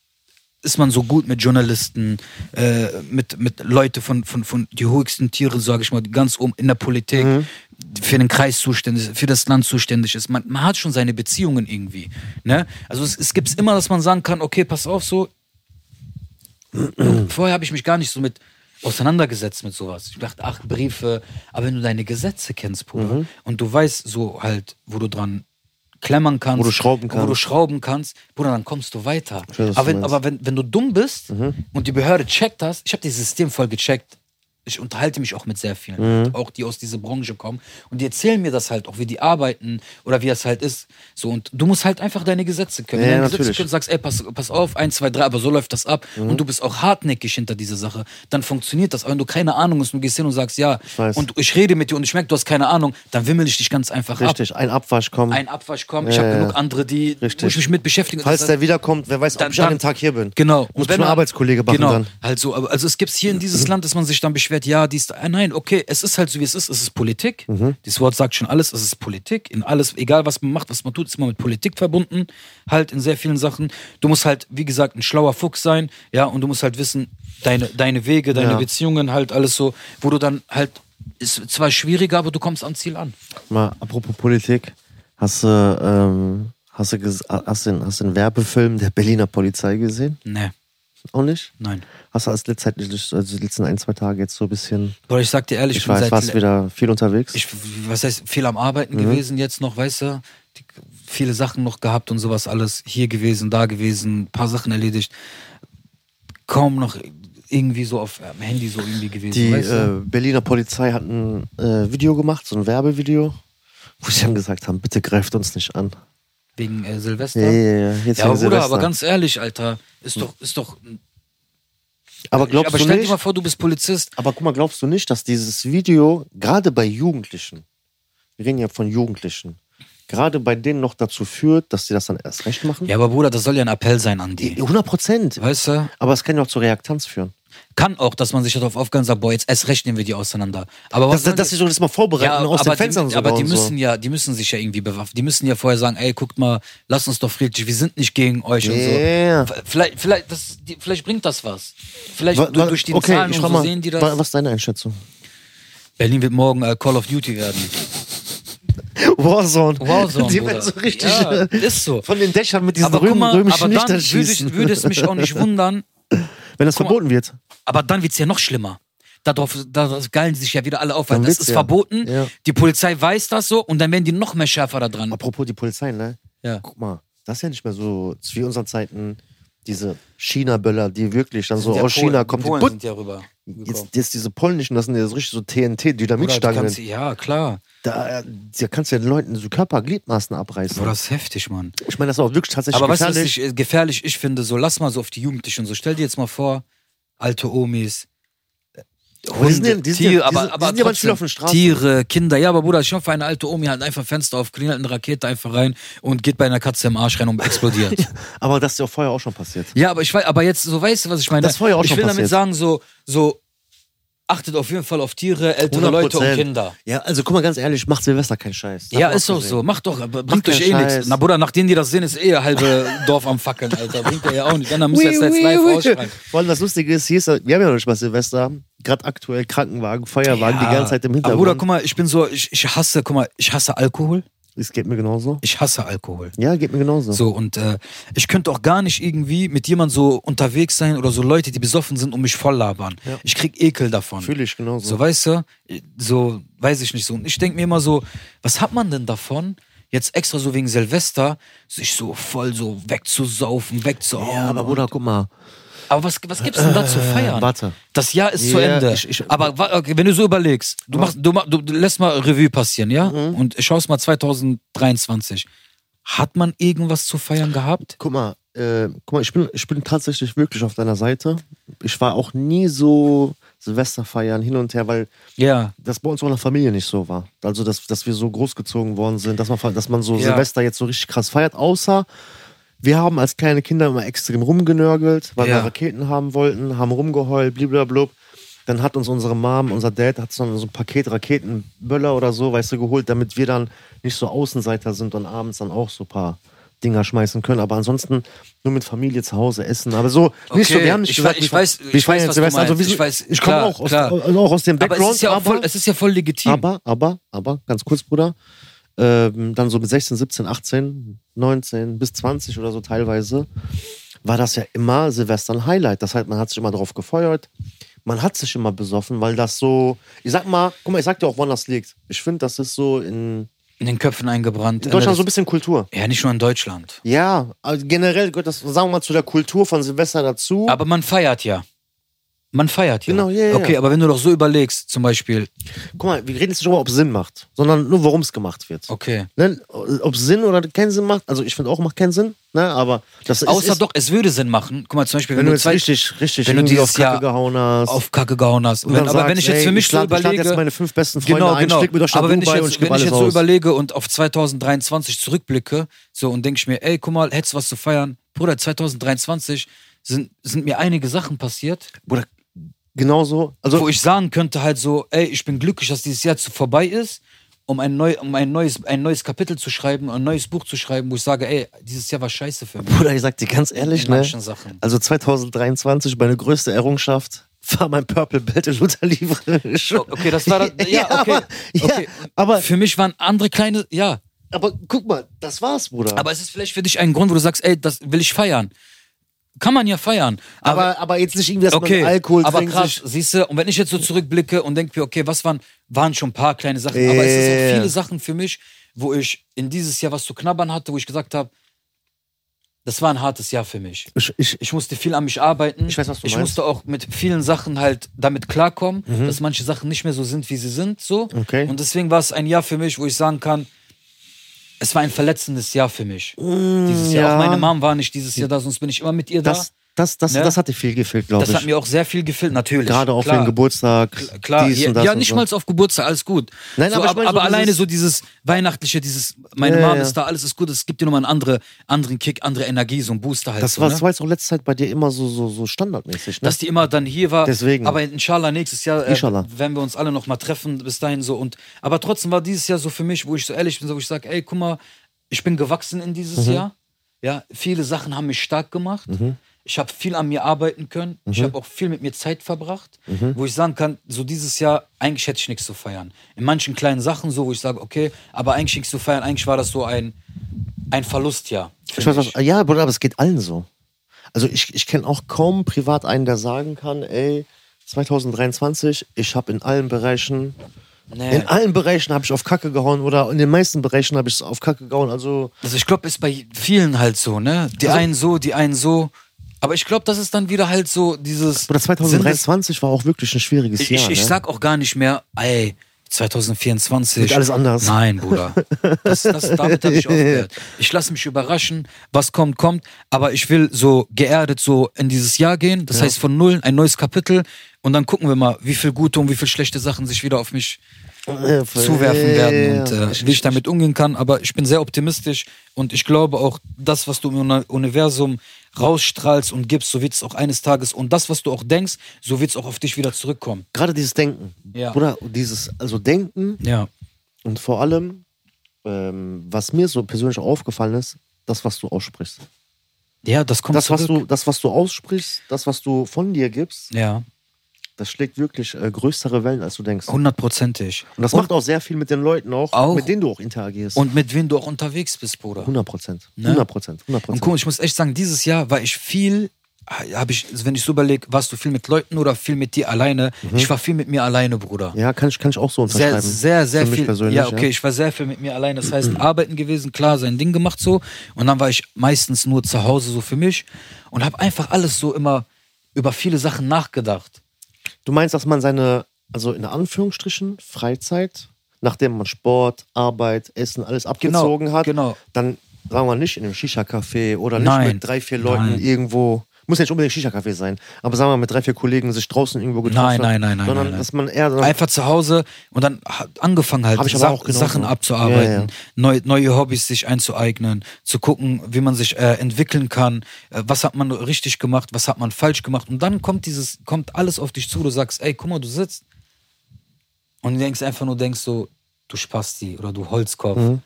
Speaker 1: ist man so gut mit Journalisten, äh, mit, mit Leute von, von, von die höchsten Tiere, sage ich mal, die ganz oben in der Politik, die für den Kreis zuständig ist, für das Land zuständig ist. Man, man hat schon seine Beziehungen irgendwie. Ne? Also es, es gibt immer, dass man sagen kann, okay, pass auf, so, vorher habe ich mich gar nicht so mit auseinandergesetzt mit sowas. Ich dachte, ach, Briefe. Aber wenn du deine Gesetze kennst, Bruder,
Speaker 2: Mhm.
Speaker 1: und du weißt so halt, wo du dran klemmern kannst,
Speaker 2: Wo du schrauben
Speaker 1: wo du
Speaker 2: kannst.
Speaker 1: schrauben kannst, Bruder, dann kommst du weiter.
Speaker 2: weiß,
Speaker 1: aber
Speaker 2: was du
Speaker 1: wenn,
Speaker 2: meinst. Mhm.
Speaker 1: aber wenn, wenn du dumm bist und die Behörde checkt das, ich habe dieses System voll gecheckt. Ich unterhalte mich auch mit sehr
Speaker 2: Mhm.
Speaker 1: vielen, auch die aus dieser Branche kommen. Und die erzählen mir das halt auch, wie die arbeiten oder wie es halt ist. So, und du musst halt einfach deine Gesetze können.
Speaker 2: Ja,
Speaker 1: Wenn du deine
Speaker 2: natürlich.
Speaker 1: Gesetze kennst, sagst, ey, pass, pass auf, eins, zwei, drei, aber so läuft das ab
Speaker 2: Mhm.
Speaker 1: und du bist auch hartnäckig hinter dieser Sache, dann funktioniert das. Aber wenn du keine Ahnung hast und du gehst hin und sagst, ja,
Speaker 2: weiß.
Speaker 1: und ich rede mit dir und ich merke, du hast keine Ahnung, dann wimmel ich dich ganz einfach ab.
Speaker 2: Richtig, ein Abwasch kommen.
Speaker 1: Ein Abwasch kommt, ich habe
Speaker 2: Ja, ja.
Speaker 1: genug andere, die wo ich mich mit beschäftigen.
Speaker 2: Falls
Speaker 1: Das-
Speaker 2: der wiederkommt, wer weiß, ob ich an dem Tag hier bin.
Speaker 1: Genau.
Speaker 2: Muss ich einen
Speaker 1: man-
Speaker 2: Arbeitskollege machen
Speaker 1: genau.
Speaker 2: dann. Mhm.
Speaker 1: Halt so, aber, also es gibt hier in dieses Land, dass man sich dann beschwert, ja, dies, ah, nein, okay, es ist halt so, wie es ist, es ist Politik.
Speaker 2: Mhm.
Speaker 1: Dieses Wort sagt schon alles, es ist Politik. In alles, egal was man macht, was man tut, ist immer mit Politik verbunden, halt in sehr vielen Sachen. Du musst halt, wie gesagt, ein schlauer Fuchs sein, ja, und du musst halt wissen, deine, deine Wege, deine
Speaker 2: Ja.
Speaker 1: Beziehungen, halt alles so, wo du dann halt, ist zwar schwieriger, aber du kommst am Ziel an.
Speaker 2: Mal, apropos Politik, hast du, ähm, hast du, ges- hast du, den- hast du den Werbefilm der Berliner Polizei gesehen?
Speaker 1: Nee,
Speaker 2: Auch nicht?
Speaker 1: nein.
Speaker 2: Hast du als letzte Zeit, nicht- also die letzten ein, zwei Tage jetzt so ein bisschen,
Speaker 1: Bro, ich sag dir ehrlich,
Speaker 2: ich,
Speaker 1: ich bin
Speaker 2: weiß,
Speaker 1: seit
Speaker 2: warst wieder viel unterwegs?
Speaker 1: ich, was heißt, viel am Arbeiten
Speaker 2: Mhm.
Speaker 1: gewesen jetzt noch, weißt du? Die, viele Sachen noch gehabt und sowas alles. Hier gewesen, da gewesen, ein paar Sachen erledigt. Kaum noch irgendwie so auf ähm, Handy so irgendwie gewesen,
Speaker 2: die
Speaker 1: weißt du?
Speaker 2: äh, Berliner Polizei hat ein äh, Video gemacht, so ein Werbevideo, wo sie dann gesagt haben, bitte greift uns nicht an.
Speaker 1: Wegen äh, Silvester.
Speaker 2: Ja, ja, ja.
Speaker 1: Ja,
Speaker 2: Jetzt wegen
Speaker 1: aber Bruder,
Speaker 2: Silvester. Hm.
Speaker 1: aber ganz ehrlich, Alter, ist doch, ist doch.
Speaker 2: aber glaubst
Speaker 1: aber
Speaker 2: du
Speaker 1: stell
Speaker 2: nicht?
Speaker 1: dir mal vor, du bist Polizist.
Speaker 2: Aber guck mal, glaubst du nicht, dass dieses Video gerade bei Jugendlichen, wir reden ja von Jugendlichen, gerade bei denen noch dazu führt, dass sie das dann erst recht machen?
Speaker 1: Ja, aber Bruder, das soll ja ein Appell sein an die.
Speaker 2: 100 Prozent.
Speaker 1: Weißt du?
Speaker 2: Aber es kann ja auch zur Reaktanz führen.
Speaker 1: Kann auch, dass man sich darauf aufgehört und sagt, boah, jetzt erst recht nehmen wir die auseinander. Aber
Speaker 2: Dass,
Speaker 1: was
Speaker 2: dass, dass sie so das mal vorbereiten, aus den
Speaker 1: ne. aber
Speaker 2: Fenstern
Speaker 1: die,
Speaker 2: sogar
Speaker 1: Aber die
Speaker 2: und
Speaker 1: müssen
Speaker 2: so.
Speaker 1: ja, die müssen sich ja irgendwie bewaffnen. Die müssen ja vorher sagen, ey, guckt mal, lasst uns doch friedlich, wir sind nicht gegen euch
Speaker 2: Ja.
Speaker 1: und so. V- Vielleicht, vielleicht, das, die, vielleicht bringt das was. Vielleicht
Speaker 2: Wa-
Speaker 1: du-
Speaker 2: wa-
Speaker 1: durch die
Speaker 2: okay,
Speaker 1: Zahlen
Speaker 2: ich
Speaker 1: und
Speaker 2: frag
Speaker 1: so
Speaker 2: mal,
Speaker 1: sehen die das.
Speaker 2: wa- Was ist deine Einschätzung?
Speaker 1: Berlin wird morgen äh, Call of Duty werden.
Speaker 2: Warzone.
Speaker 1: Warzone,
Speaker 2: Die
Speaker 1: Bruder.
Speaker 2: werden so richtig
Speaker 1: Ja,
Speaker 2: äh,
Speaker 1: ist so.
Speaker 2: von den Dächern mit diesen
Speaker 1: aber guck
Speaker 2: Röm,
Speaker 1: mal, aber
Speaker 2: römischen
Speaker 1: dann
Speaker 2: Lichtern
Speaker 1: würde,
Speaker 2: schießen.
Speaker 1: ich, würde es mich auch nicht wundern,
Speaker 2: Wenn das
Speaker 1: guck mal.
Speaker 2: verboten wird.
Speaker 1: aber dann wird es ja noch schlimmer. Darauf, darauf geilen sie sich ja wieder alle auf, weil
Speaker 2: Dann
Speaker 1: das
Speaker 2: wird's
Speaker 1: ist
Speaker 2: ja.
Speaker 1: verboten.
Speaker 2: Ja.
Speaker 1: Die Polizei weiß das so und dann werden die noch mehr schärfer da dran.
Speaker 2: Apropos die Polizei, ne?
Speaker 1: Ja.
Speaker 2: Guck mal, das ist ja nicht mehr so wie unseren Zeiten diese China-Böller, die wirklich dann so
Speaker 1: Ja,
Speaker 2: aus
Speaker 1: Polen-
Speaker 2: China kommen. Die
Speaker 1: Polen
Speaker 2: Put-
Speaker 1: sind ja rüber. gekommen.
Speaker 2: Jetzt, jetzt diese polnischen, das sind ja so richtig so
Speaker 1: Bruder, du
Speaker 2: TNT-Dynamitstangen.
Speaker 1: kannst, ja, klar.
Speaker 2: Da, äh, da kannst du ja den Leuten so Körpergliedmaßen abreißen.
Speaker 1: Boah, das ist heftig, Mann.
Speaker 2: Ich meine, das ist auch wirklich tatsächlich
Speaker 1: Aber weißt du, was
Speaker 2: gefährlich.
Speaker 1: ich äh, gefährlich ich finde? So, lass mal so auf die Jugendlichen und so. Stell dir jetzt mal vor, alte Omis. äh,
Speaker 2: die sind ja- die sind ja- die
Speaker 1: Tiere, aber,
Speaker 2: sind- die
Speaker 1: aber
Speaker 2: sind ja manchmal
Speaker 1: trotzdem,
Speaker 2: auf den Straßen.
Speaker 1: Tiere, Kinder. Ja, aber Bruder, ich hoffe, eine alte Omi hat einfach Fenster auf, knallt eine Rakete einfach rein und geht bei einer Katze im Arsch rein und explodiert.
Speaker 2: Aber das ist ja auch vorher auch schon passiert.
Speaker 1: Ja, aber ich weiß, aber jetzt, so weißt du, was ich meine?
Speaker 2: Das war ja auch
Speaker 1: ich
Speaker 2: schon
Speaker 1: will damit
Speaker 2: passiert.
Speaker 1: sagen, so, so, achtet auf jeden Fall auf Tiere, ältere Leute und
Speaker 2: 100%.
Speaker 1: Kinder.
Speaker 2: Ja, also guck mal ganz ehrlich, macht Silvester keinen Scheiß.
Speaker 1: Ja,
Speaker 2: Hab ich
Speaker 1: ist doch
Speaker 2: gesehen.
Speaker 1: so. Macht doch, aber bringt euch
Speaker 2: keinen
Speaker 1: eh nichts.
Speaker 2: Scheiß.
Speaker 1: Na Bruder, nachdem die das sehen, ist eh der halbe Dorf am Fackeln, Alter. Bringt er ja auch nicht. Wenn, Dann müsst ihr
Speaker 2: Ui,
Speaker 1: jetzt jetzt
Speaker 2: ui,
Speaker 1: live
Speaker 2: ui.
Speaker 1: ausschreiben.
Speaker 2: Vor allem das Lustige ist, hier ist, ja- wir haben ja noch nicht mal Silvester. Gerade aktuell Krankenwagen, Feuerwagen die ganze Zeit im
Speaker 1: Aber
Speaker 2: Hintergrund.
Speaker 1: Bruder, guck mal, ich bin so, ich, ich hasse, guck mal, ich hasse Alkohol.
Speaker 2: es geht mir genauso.
Speaker 1: Ich hasse Alkohol.
Speaker 2: Ja, geht mir genauso.
Speaker 1: So, und äh, ich könnte auch gar nicht irgendwie mit jemand so unterwegs sein oder so Leute, die besoffen sind und mich voll labern. Ich krieg Ekel davon.
Speaker 2: Fühle ich genauso.
Speaker 1: So, weißt du, so, weiß ich nicht so. Und ich denke mir immer so, was hat man denn davon, jetzt extra so wegen Silvester, sich so voll so wegzusaufen, wegzuhauen?
Speaker 2: ja, aber Bruder, guck mal.
Speaker 1: Aber was, was gibt's denn da zu feiern?
Speaker 2: warte.
Speaker 1: Das Jahr ist zu
Speaker 2: Ja,
Speaker 1: Ende.
Speaker 2: ich- ich-
Speaker 1: aber wa- okay, wenn du so überlegst,
Speaker 2: Mhm.
Speaker 1: du, machst, du, ma- du lässt mal Revue passieren, ja? Und schaust mal 2023. Hat man irgendwas zu feiern gehabt?
Speaker 2: Guck mal, äh, guck mal ich, bin, ich bin tatsächlich wirklich auf deiner Seite. Ich war auch nie so Silvesterfeiern hin und her, weil
Speaker 1: Ja.
Speaker 2: das bei uns auch in der Familie nicht so war. Also, dass, dass wir so großgezogen worden sind, dass man, fe- dass man so
Speaker 1: Ja.
Speaker 2: Silvester jetzt so richtig krass feiert, außer wir haben als kleine Kinder immer extrem rumgenörgelt, weil
Speaker 1: Ja.
Speaker 2: wir Raketen haben wollten, haben rumgeheult, blablabla. Dann hat uns unsere Mom, unser Dad, hat uns dann so ein Paket Raketenböller oder so, weißt du, geholt, damit wir dann nicht so Außenseiter sind und abends dann auch so ein paar Dinger schmeißen können. Aber ansonsten nur mit Familie zu Hause essen. Aber so, nicht so,
Speaker 1: Okay,
Speaker 2: wir haben nicht
Speaker 1: ich wei-
Speaker 2: gesagt,
Speaker 1: ich
Speaker 2: wir-
Speaker 1: weiß-
Speaker 2: wir
Speaker 1: ich
Speaker 2: feiern
Speaker 1: weiß,
Speaker 2: jetzt
Speaker 1: was du
Speaker 2: Silvester. Also,
Speaker 1: meinst.
Speaker 2: wir,
Speaker 1: Ich weiß-
Speaker 2: ich komme
Speaker 1: klar,
Speaker 2: auch, aus- also
Speaker 1: klar.
Speaker 2: auch aus dem
Speaker 1: Aber
Speaker 2: Background.
Speaker 1: es ist ja auch voll, es ist ja voll legitim.
Speaker 2: Aber, aber, aber, ganz kurz, Bruder, ähm, dann so mit 16, 17, 18, 19 bis 20 oder so teilweise, war das ja immer Silvester ein Highlight. Das heißt, man hat sich immer drauf gefeuert, man hat sich immer besoffen, weil das so, ich sag mal, guck mal, ich sag dir auch, wann das liegt. Ich finde, das ist so in,
Speaker 1: in den Köpfen eingebrannt. Äh,
Speaker 2: in Deutschland so ein bisschen Kultur.
Speaker 1: ja, nicht nur in Deutschland.
Speaker 2: Ja, also generell gehört das, sagen wir mal, zu der Kultur von Silvester dazu.
Speaker 1: Aber man feiert ja. Man feiert ja.
Speaker 2: Oh. Genau, ja, ja,
Speaker 1: Okay,
Speaker 2: ja.
Speaker 1: aber wenn du doch so überlegst, zum Beispiel,
Speaker 2: guck mal, wir reden jetzt nicht darüber, ob es Sinn macht, sondern nur, warum es gemacht wird.
Speaker 1: okay.
Speaker 2: Ne, ob es Sinn oder keinen Sinn macht, also ich finde auch, macht keinen Sinn, ne, aber das ist,
Speaker 1: Außer
Speaker 2: ist
Speaker 1: doch, es würde Sinn machen. Guck mal, zum Beispiel,
Speaker 2: wenn,
Speaker 1: wenn,
Speaker 2: du jetzt
Speaker 1: zwei,
Speaker 2: richtig, richtig
Speaker 1: wenn du
Speaker 2: irgendwie auf
Speaker 1: dieses
Speaker 2: Kacke
Speaker 1: Jahr
Speaker 2: gehauen hast.
Speaker 1: auf Kacke gehauen hast.
Speaker 2: und
Speaker 1: Wenn,
Speaker 2: dann
Speaker 1: aber
Speaker 2: sagst,
Speaker 1: wenn ich jetzt
Speaker 2: ey,
Speaker 1: für mich
Speaker 2: ich lade
Speaker 1: so überlege.
Speaker 2: ich lade jetzt meine fünf besten Freunde
Speaker 1: genau,
Speaker 2: ein,
Speaker 1: genau.
Speaker 2: schlägt mir durch
Speaker 1: aber wenn ich
Speaker 2: Dubai und
Speaker 1: jetzt,
Speaker 2: ich gebe
Speaker 1: wenn ich
Speaker 2: alles
Speaker 1: jetzt so
Speaker 2: aus.
Speaker 1: überlege und auf 2023 zurückblicke, so und denke ich mir, ey, guck mal, hättest du was zu feiern. Bruder, 2023 sind, sind mir einige Sachen passiert,
Speaker 2: Bruder, genau so. Also,
Speaker 1: wo ich sagen könnte halt so, ey, ich bin glücklich, dass dieses Jahr zu vorbei ist, um ein, neu, um ein, neues, ein neues Kapitel zu schreiben, ein neues Buch zu schreiben, wo ich sage, ey, dieses Jahr war scheiße für mich.
Speaker 2: Bruder, ich sag dir ganz ehrlich,
Speaker 1: In
Speaker 2: ne,
Speaker 1: manchen Sachen.
Speaker 2: also 2023, meine größte Errungenschaft war mein Purple Belt in Luther Livre.
Speaker 1: O- Oh, Okay, das war dann, ja, okay.
Speaker 2: aber, ja,
Speaker 1: okay.
Speaker 2: aber,
Speaker 1: Für mich waren andere kleine, ja,
Speaker 2: aber guck mal, das war's, Bruder.
Speaker 1: Aber es ist vielleicht für dich ein Grund, wo du sagst, ey, das will ich feiern. Kann man ja feiern. Aber,
Speaker 2: aber, aber jetzt nicht irgendwie, dass
Speaker 1: okay,
Speaker 2: man Alkohol
Speaker 1: aber
Speaker 2: trinkt.
Speaker 1: krass,
Speaker 2: sich-
Speaker 1: siehst du, und wenn ich jetzt so zurückblicke und denke mir, okay, was waren, waren schon ein paar kleine Sachen, aber es sind
Speaker 2: Yeah.
Speaker 1: auch viele Sachen für mich, wo ich in dieses Jahr was zu knabbern hatte, wo ich gesagt habe, das war ein hartes Jahr für mich.
Speaker 2: Ich, ich,
Speaker 1: Ich musste viel an mich arbeiten.
Speaker 2: Ich weiß, was du
Speaker 1: Ich
Speaker 2: meinst. Mhm.
Speaker 1: musste auch mit vielen Sachen halt damit klarkommen, dass manche Sachen nicht mehr so sind, wie sie sind. So.
Speaker 2: Okay.
Speaker 1: Und deswegen war es ein Jahr für mich, wo ich sagen kann, es war ein verletzendes Jahr für mich. dieses Jahr. Auch
Speaker 2: Mm, ja.
Speaker 1: meine Mom war nicht dieses Jahr da, sonst bin ich immer mit ihr
Speaker 2: das, das, das,
Speaker 1: Ne?
Speaker 2: das hat dir viel gefehlt,
Speaker 1: da.
Speaker 2: glaube
Speaker 1: Das hat
Speaker 2: ich.
Speaker 1: mir auch sehr viel gefällt, natürlich.
Speaker 2: Gerade auf
Speaker 1: klar,
Speaker 2: den Geburtstag,
Speaker 1: Klar,
Speaker 2: dies
Speaker 1: ja,
Speaker 2: und das.
Speaker 1: ja,
Speaker 2: und
Speaker 1: nicht
Speaker 2: so.
Speaker 1: mal auf Geburtstag, alles gut.
Speaker 2: Nein,
Speaker 1: so,
Speaker 2: aber ich
Speaker 1: aber,
Speaker 2: meine so
Speaker 1: aber alleine
Speaker 2: dieses-
Speaker 1: so dieses weihnachtliche, dieses, meine
Speaker 2: Ja,
Speaker 1: Mom
Speaker 2: ja.
Speaker 1: ist da, alles ist gut, es gibt dir nochmal einen andere, anderen Kick, andere Energie, so einen Booster halt.
Speaker 2: Das
Speaker 1: so,
Speaker 2: war,
Speaker 1: ne?
Speaker 2: das war jetzt auch letzte Zeit bei dir immer so, so, so standardmäßig. Ne?
Speaker 1: dass die immer dann hier war.
Speaker 2: Deswegen.
Speaker 1: Aber inshallah nächstes Jahr äh,
Speaker 2: Inshallah.
Speaker 1: werden wir uns alle noch mal treffen bis dahin so und aber trotzdem war dieses Jahr so für mich, wo ich so ehrlich bin, so, wo ich sage, ey, guck mal, ich bin gewachsen in
Speaker 2: Mhm.
Speaker 1: dieses Jahr. Ja, viele Sachen haben mich stark gemacht. Ich habe viel an mir arbeiten können.
Speaker 2: Mhm.
Speaker 1: Ich habe auch viel mit mir Zeit verbracht, wo ich sagen kann, so dieses Jahr, eigentlich hätte ich nichts zu feiern. In manchen kleinen Sachen so, wo ich sage, okay, aber eigentlich nichts zu feiern, eigentlich war das so ein, ein Verlustjahr. für
Speaker 2: ich weiß,
Speaker 1: mich.
Speaker 2: was, ja, Bruder, aber es geht allen so. Also ich, ich kenne auch kaum privat einen, der sagen kann, ey, 2023, ich habe in allen Bereichen,
Speaker 1: Nee.
Speaker 2: in allen Bereichen habe ich auf Kacke gehauen oder in den meisten Bereichen habe ich auf Kacke gehauen. Also
Speaker 1: Also ich glaube, ist bei vielen halt so, ne? Die einen so, die einen so. Aber ich glaube, das ist dann wieder halt so dieses.
Speaker 2: Bruder,
Speaker 1: Sinn
Speaker 2: 2023 war auch wirklich ein schwieriges
Speaker 1: des- Ich,
Speaker 2: Jahr.
Speaker 1: ich,
Speaker 2: ne?
Speaker 1: ich sag auch gar nicht mehr, ey, 2024.
Speaker 2: Wird alles anders.
Speaker 1: Nein, Bruder. Das, das, damit habe ich aufgehört. Ich lasse mich überraschen, was kommt, kommt. Aber ich will so geerdet so in dieses Jahr gehen. Das heißt von null ein neues Kapitel. Und dann gucken wir mal, wie viel gute und wie viel schlechte Sachen sich wieder auf mich
Speaker 2: Äh, voll-
Speaker 1: zuwerfen werden und
Speaker 2: ja,
Speaker 1: äh, wie ich damit umgehen kann. Aber ich bin sehr optimistisch und ich glaube auch, das, was du im Uni- Universum rausstrahlst und gibst, so wird es auch eines Tages und das, was du auch denkst, so wird es auch auf dich wieder zurückkommen.
Speaker 2: Gerade dieses Denken.
Speaker 1: Ja.
Speaker 2: Bruder, dieses, also Denken
Speaker 1: Ja.
Speaker 2: Und vor allem, ähm, was mir so persönlich aufgefallen ist, das, was du aussprichst.
Speaker 1: Ja, das kommt
Speaker 2: Das was,
Speaker 1: zurück.
Speaker 2: du, das, was du aussprichst, das, was du von dir gibst,
Speaker 1: ja,
Speaker 2: das schlägt wirklich äh, größere Wellen, als du denkst. Und
Speaker 1: hundertprozentig.
Speaker 2: das macht auch sehr viel mit den Leuten auch,
Speaker 1: Auch.
Speaker 2: mit denen du auch interagierst.
Speaker 1: Und mit wem du auch unterwegs bist, Bruder.
Speaker 2: 100 Prozent.
Speaker 1: Ne?
Speaker 2: 100 Prozent. 100
Speaker 1: Und
Speaker 2: Prozent.
Speaker 1: guck, mal, ich muss echt sagen, dieses Jahr war ich viel, habe ich, also wenn ich so überlege, warst du viel mit Leuten oder viel mit dir alleine? Ich war viel mit mir alleine, Bruder.
Speaker 2: Mhm. Ja, kann ich, kann ich auch so unterschreiben.
Speaker 1: sehr, sehr, sehr
Speaker 2: Für mich
Speaker 1: viel.
Speaker 2: persönlich.
Speaker 1: ja, okay, ich war sehr viel mit mir allein. Das heißt, arbeiten gewesen, klar, sein Ding gemacht so. Und dann war ich meistens nur zu Hause so für mich und habe einfach alles so immer über viele Sachen nachgedacht.
Speaker 2: Du meinst, dass man seine, also in Anführungsstrichen, Freizeit, nachdem man Sport, Arbeit, Essen, alles abgezogen hat,
Speaker 1: genau.
Speaker 2: dann sagen wir mal, nicht in einem Shisha-Café oder nicht
Speaker 1: Nein.
Speaker 2: mit drei, vier Leuten
Speaker 1: Nein.
Speaker 2: irgendwo, muss ja nicht unbedingt Shisha-Café sein, aber sagen wir mal, mit drei, vier Kollegen sich draußen irgendwo getroffen
Speaker 1: Nein, nein, nein,
Speaker 2: hat,
Speaker 1: nein,
Speaker 2: sondern
Speaker 1: nein, nein.
Speaker 2: dass man eher so
Speaker 1: Einfach zu Hause und dann ha- angefangen halt
Speaker 2: Hab ich aber
Speaker 1: Sa
Speaker 2: auch genauso.
Speaker 1: Sachen abzuarbeiten,
Speaker 2: Ja, ja.
Speaker 1: Neu, neue Hobbys sich einzueignen, zu gucken, wie man sich äh, entwickeln kann, äh, was hat man richtig gemacht, was hat man falsch gemacht und dann kommt dieses kommt alles auf dich zu, du sagst, ey, guck mal, du sitzt und du denkst einfach nur denkst so, du Spasti oder du Holzkopf.
Speaker 2: Mhm.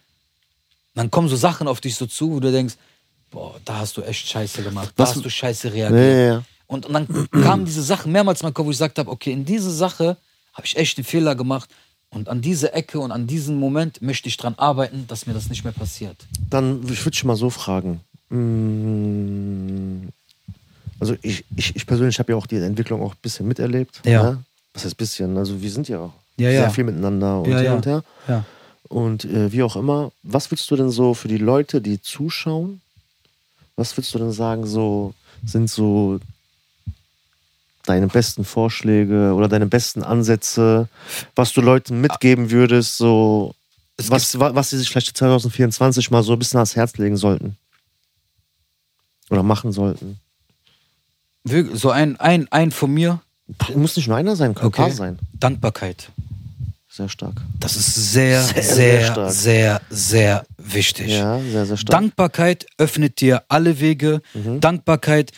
Speaker 1: Dann kommen so Sachen auf dich so zu, wo du denkst, boah, da hast du echt Scheiße gemacht, da
Speaker 2: Was-
Speaker 1: hast du Scheiße reagiert.
Speaker 2: Ja, ja, ja.
Speaker 1: Und, und dann kamen diese Sachen mehrmals in meinen Kopf, wo ich gesagt habe, okay, in diese Sache habe ich echt einen Fehler gemacht. Und an diese Ecke und an diesen Moment möchte ich dran arbeiten, dass mir das nicht mehr passiert.
Speaker 2: Dann, ich würde dich mal so fragen. Mm, Also ich, ich, ich persönlich habe ja auch die Entwicklung auch ein bisschen miterlebt.
Speaker 1: Ja.
Speaker 2: Ne? Was heißt bisschen? Also wir sind ja auch
Speaker 1: Ja,
Speaker 2: sehr
Speaker 1: ja.
Speaker 2: viel miteinander und
Speaker 1: Ja,
Speaker 2: hier
Speaker 1: ja.
Speaker 2: und her.
Speaker 1: Ja.
Speaker 2: Und äh, wie auch immer, was würdest du denn so für die Leute, die zuschauen, was würdest du denn sagen, so sind so deine besten Vorschläge oder deine besten Ansätze, was du Leuten mitgeben würdest, so
Speaker 1: Es
Speaker 2: was, wa- was sie sich vielleicht 2024 mal so ein bisschen ans Herz legen sollten. Oder machen sollten.
Speaker 1: Wirk- So ein, ein, ein von mir,
Speaker 2: Pff, Muss nicht nur einer sein, kann
Speaker 1: Okay.
Speaker 2: ein paar sein.
Speaker 1: Dankbarkeit.
Speaker 2: Sehr stark.
Speaker 1: Das ist sehr, sehr,
Speaker 2: Sehr, sehr
Speaker 1: sehr,
Speaker 2: stark.
Speaker 1: sehr, wichtig.
Speaker 2: Ja, sehr, sehr stark. Mhm.
Speaker 1: Dankbarkeit öffnet dir alle Wege. Dankbarkeit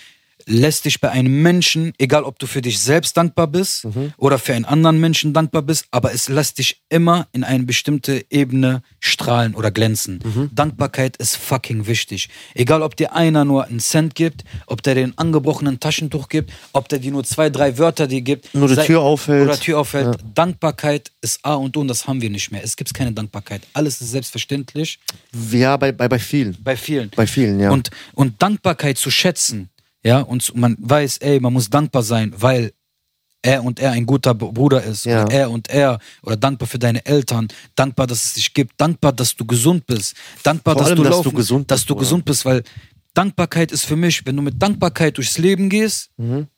Speaker 1: lässt dich bei einem Menschen, egal ob du für dich selbst dankbar bist
Speaker 2: Mhm.
Speaker 1: oder für einen anderen Menschen dankbar bist, aber es lässt dich immer in eine bestimmte Ebene strahlen oder glänzen.
Speaker 2: Mhm.
Speaker 1: Dankbarkeit ist fucking wichtig. Egal ob dir einer nur einen Cent gibt, ob der dir ein angebrochenen Taschentuch gibt, ob der dir nur zwei, drei Wörter dir gibt.
Speaker 2: Nur die Tür aufhält.
Speaker 1: Oder Tür aufhält. Dankbarkeit ist A und O und das haben wir nicht mehr. Es gibt keine Dankbarkeit. Alles ist selbstverständlich
Speaker 2: Ja, bei, bei, bei vielen.
Speaker 1: bei vielen.
Speaker 2: Bei vielen, ja.
Speaker 1: Und, und Dankbarkeit zu schätzen, ja, und zu- man weiß, ey, man muss dankbar sein, weil er und er ein guter Br- Bruder ist,
Speaker 2: Ja.
Speaker 1: oder er und er, oder dankbar für deine Eltern, dankbar, dass es dich gibt, dankbar, dass du gesund bist, dankbar,
Speaker 2: Vor
Speaker 1: dass,
Speaker 2: allem,
Speaker 1: du
Speaker 2: dass
Speaker 1: laufen,
Speaker 2: du gesund
Speaker 1: dass
Speaker 2: bist,
Speaker 1: du
Speaker 2: Bruder.
Speaker 1: gesund bist, weil Dankbarkeit ist für mich, wenn du mit Dankbarkeit durchs Leben gehst,
Speaker 2: Mhm.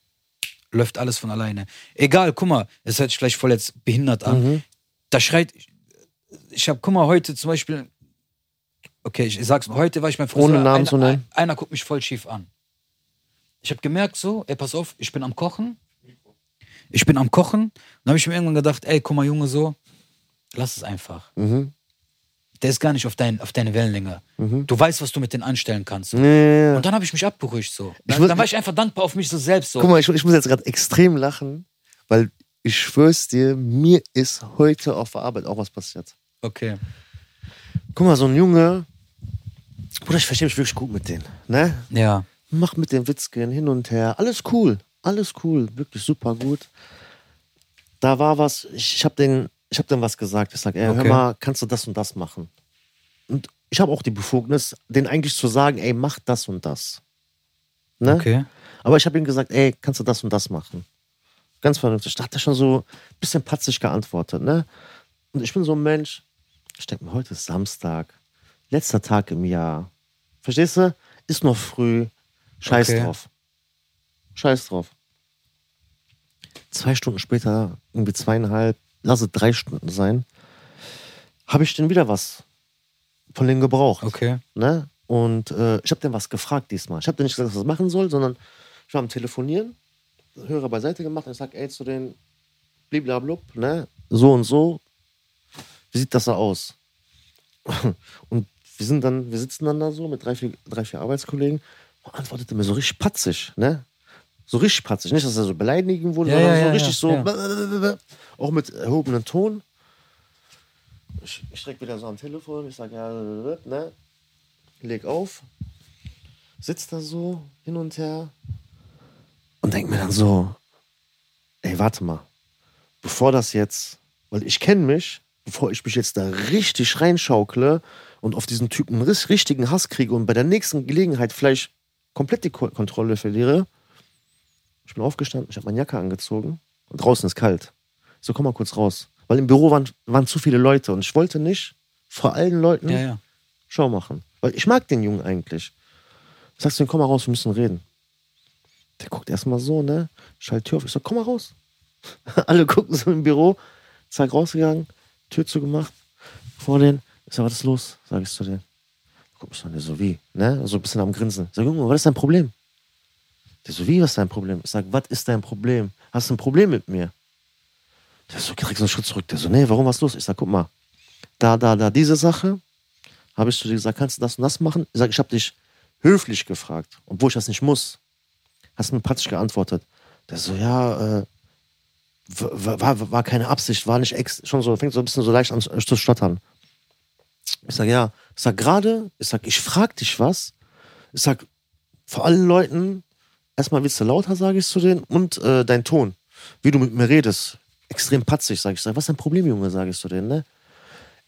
Speaker 1: läuft alles von alleine. Egal, guck mal, es hört sich vielleicht voll jetzt behindert an.
Speaker 2: Mhm.
Speaker 1: Da schreit, ich habe, guck mal, heute zum Beispiel, okay, ich sag's mal, heute war ich mein Friseur.
Speaker 2: Ohne Namen
Speaker 1: einer,
Speaker 2: zu nennen.
Speaker 1: ein- Einer guckt mich voll schief an. Ich habe gemerkt so, ey, pass auf, ich bin am Kochen. Ich bin am Kochen. Dann habe ich mir irgendwann gedacht, ey, guck mal, Junge, so, lass es einfach.
Speaker 2: Mhm.
Speaker 1: Der ist gar nicht auf, dein, auf deine Wellenlänge. Du weißt, was du mit denen anstellen kannst.
Speaker 2: Ja, ja, ja.
Speaker 1: Und dann habe ich mich abberuhigt so.
Speaker 2: Mhm. Ich
Speaker 1: Dann,
Speaker 2: muss-
Speaker 1: dann war ich einfach dankbar auf mich so selbst so.
Speaker 2: Guck mal, ich, ich muss jetzt gerade extrem lachen, weil ich schwör's dir, mir ist heute auf der Arbeit auch was passiert.
Speaker 1: Okay.
Speaker 2: Guck mal, so ein Junge, Bruder, ich verstehe mich wirklich gut mit denen, ne?
Speaker 1: Ja.
Speaker 2: Mach mit den Witzchen hin und her, alles cool, alles cool, wirklich super gut. Da war was, ich, ich habe den, ich habe dem was gesagt. Ich sag, ey, hör
Speaker 1: Okay.
Speaker 2: mal, kannst du das und das machen? Und ich habe auch die Befugnis, den eigentlich zu sagen, ey, mach das und das. Ne?
Speaker 1: Okay.
Speaker 2: Aber ich habe ihm gesagt, ey, kannst du das und das machen? Ganz vernünftig. Da hat er schon so ein bisschen patzig geantwortet, ne? Und ich bin so ein Mensch, ich denke mir, heute ist Samstag, letzter Tag im Jahr. Verstehst du? Ist noch früh. Scheiß
Speaker 1: Okay.
Speaker 2: drauf. Scheiß drauf. Zwei Stunden später, irgendwie zweieinhalb, lasse drei Stunden sein, habe ich denn wieder was von denen gebraucht.
Speaker 1: Okay.
Speaker 2: Ne? Und äh, ich habe den was gefragt diesmal. Ich habe den nicht gesagt, was er machen soll, sondern ich war am Telefonieren, Hörer beiseite gemacht und ich sage, ey, zu den bliblablub, ne? so und so, wie sieht das da aus? Und wir sind dann, wir sitzen dann da so mit drei, vier, drei, vier Arbeitskollegen und antwortete mir so richtig patzig, ne? So richtig patzig. Nicht, dass er so beleidigen wurde,
Speaker 1: Ja,
Speaker 2: sondern
Speaker 1: ja,
Speaker 2: so
Speaker 1: ja,
Speaker 2: richtig
Speaker 1: ja,
Speaker 2: so,
Speaker 1: ja.
Speaker 2: blablabla. auch mit erhobenem Ton. Ich, ich strecke wieder so am Telefon, ich sage, ja, blablabla, ne? Leg auf, sitzt da so hin und her und denk mir dann so, ey, warte mal, bevor das jetzt, weil ich kenne mich, bevor ich mich jetzt da richtig reinschaukle und auf diesen Typen einen ris- richtigen Hass kriege und bei der nächsten Gelegenheit vielleicht komplett die Ko Kontrolle verliere, ich bin aufgestanden, ich habe meine Jacke angezogen und draußen ist kalt. Ich so, komm mal kurz raus. Weil im Büro waren, waren zu viele Leute und ich wollte nicht vor allen Leuten
Speaker 1: Ja, ja.
Speaker 2: Schau machen. Weil ich mag den Jungen eigentlich. Sagst du ihm, komm mal raus, wir müssen reden. Der guckt erstmal so, ne? Schalt Tür auf. Ich sag, komm mal raus. Alle gucken so im Büro. Zack, rausgegangen, Tür zugemacht. Vor den. Ich sag, was ist los? Sag ich zu denen. Guck mich an, der so wie, ne? So ein bisschen am Grinsen. Ich sag, Junge, was ist dein Problem? Der so, wie, was ist dein Problem? Ich sag, was ist dein Problem? Hast du ein Problem mit mir? Der so, direkt so einen Schritt zurück. Der so, nee, warum, was ist los? Ich sag, guck mal, da, da, da, diese Sache, habe ich zu dir gesagt, kannst du das und das machen? Ich sag, ich habe dich höflich gefragt, obwohl ich das nicht muss. Hast du mir patsch geantwortet. Der so, ja, äh, w- w- war, war keine Absicht, war nicht ex, schon so, fängt so ein bisschen so leicht an zu- zu stottern. Ich sag, ja, ich sag gerade, ich sag, ich frag dich was. Ich sag, vor allen Leuten, erstmal willst du lauter, sage ich zu denen, und äh, dein Ton, wie du mit mir redest, extrem patzig, sag ich. Sag, was ist dein Problem, Junge, sage ich zu denen, ne?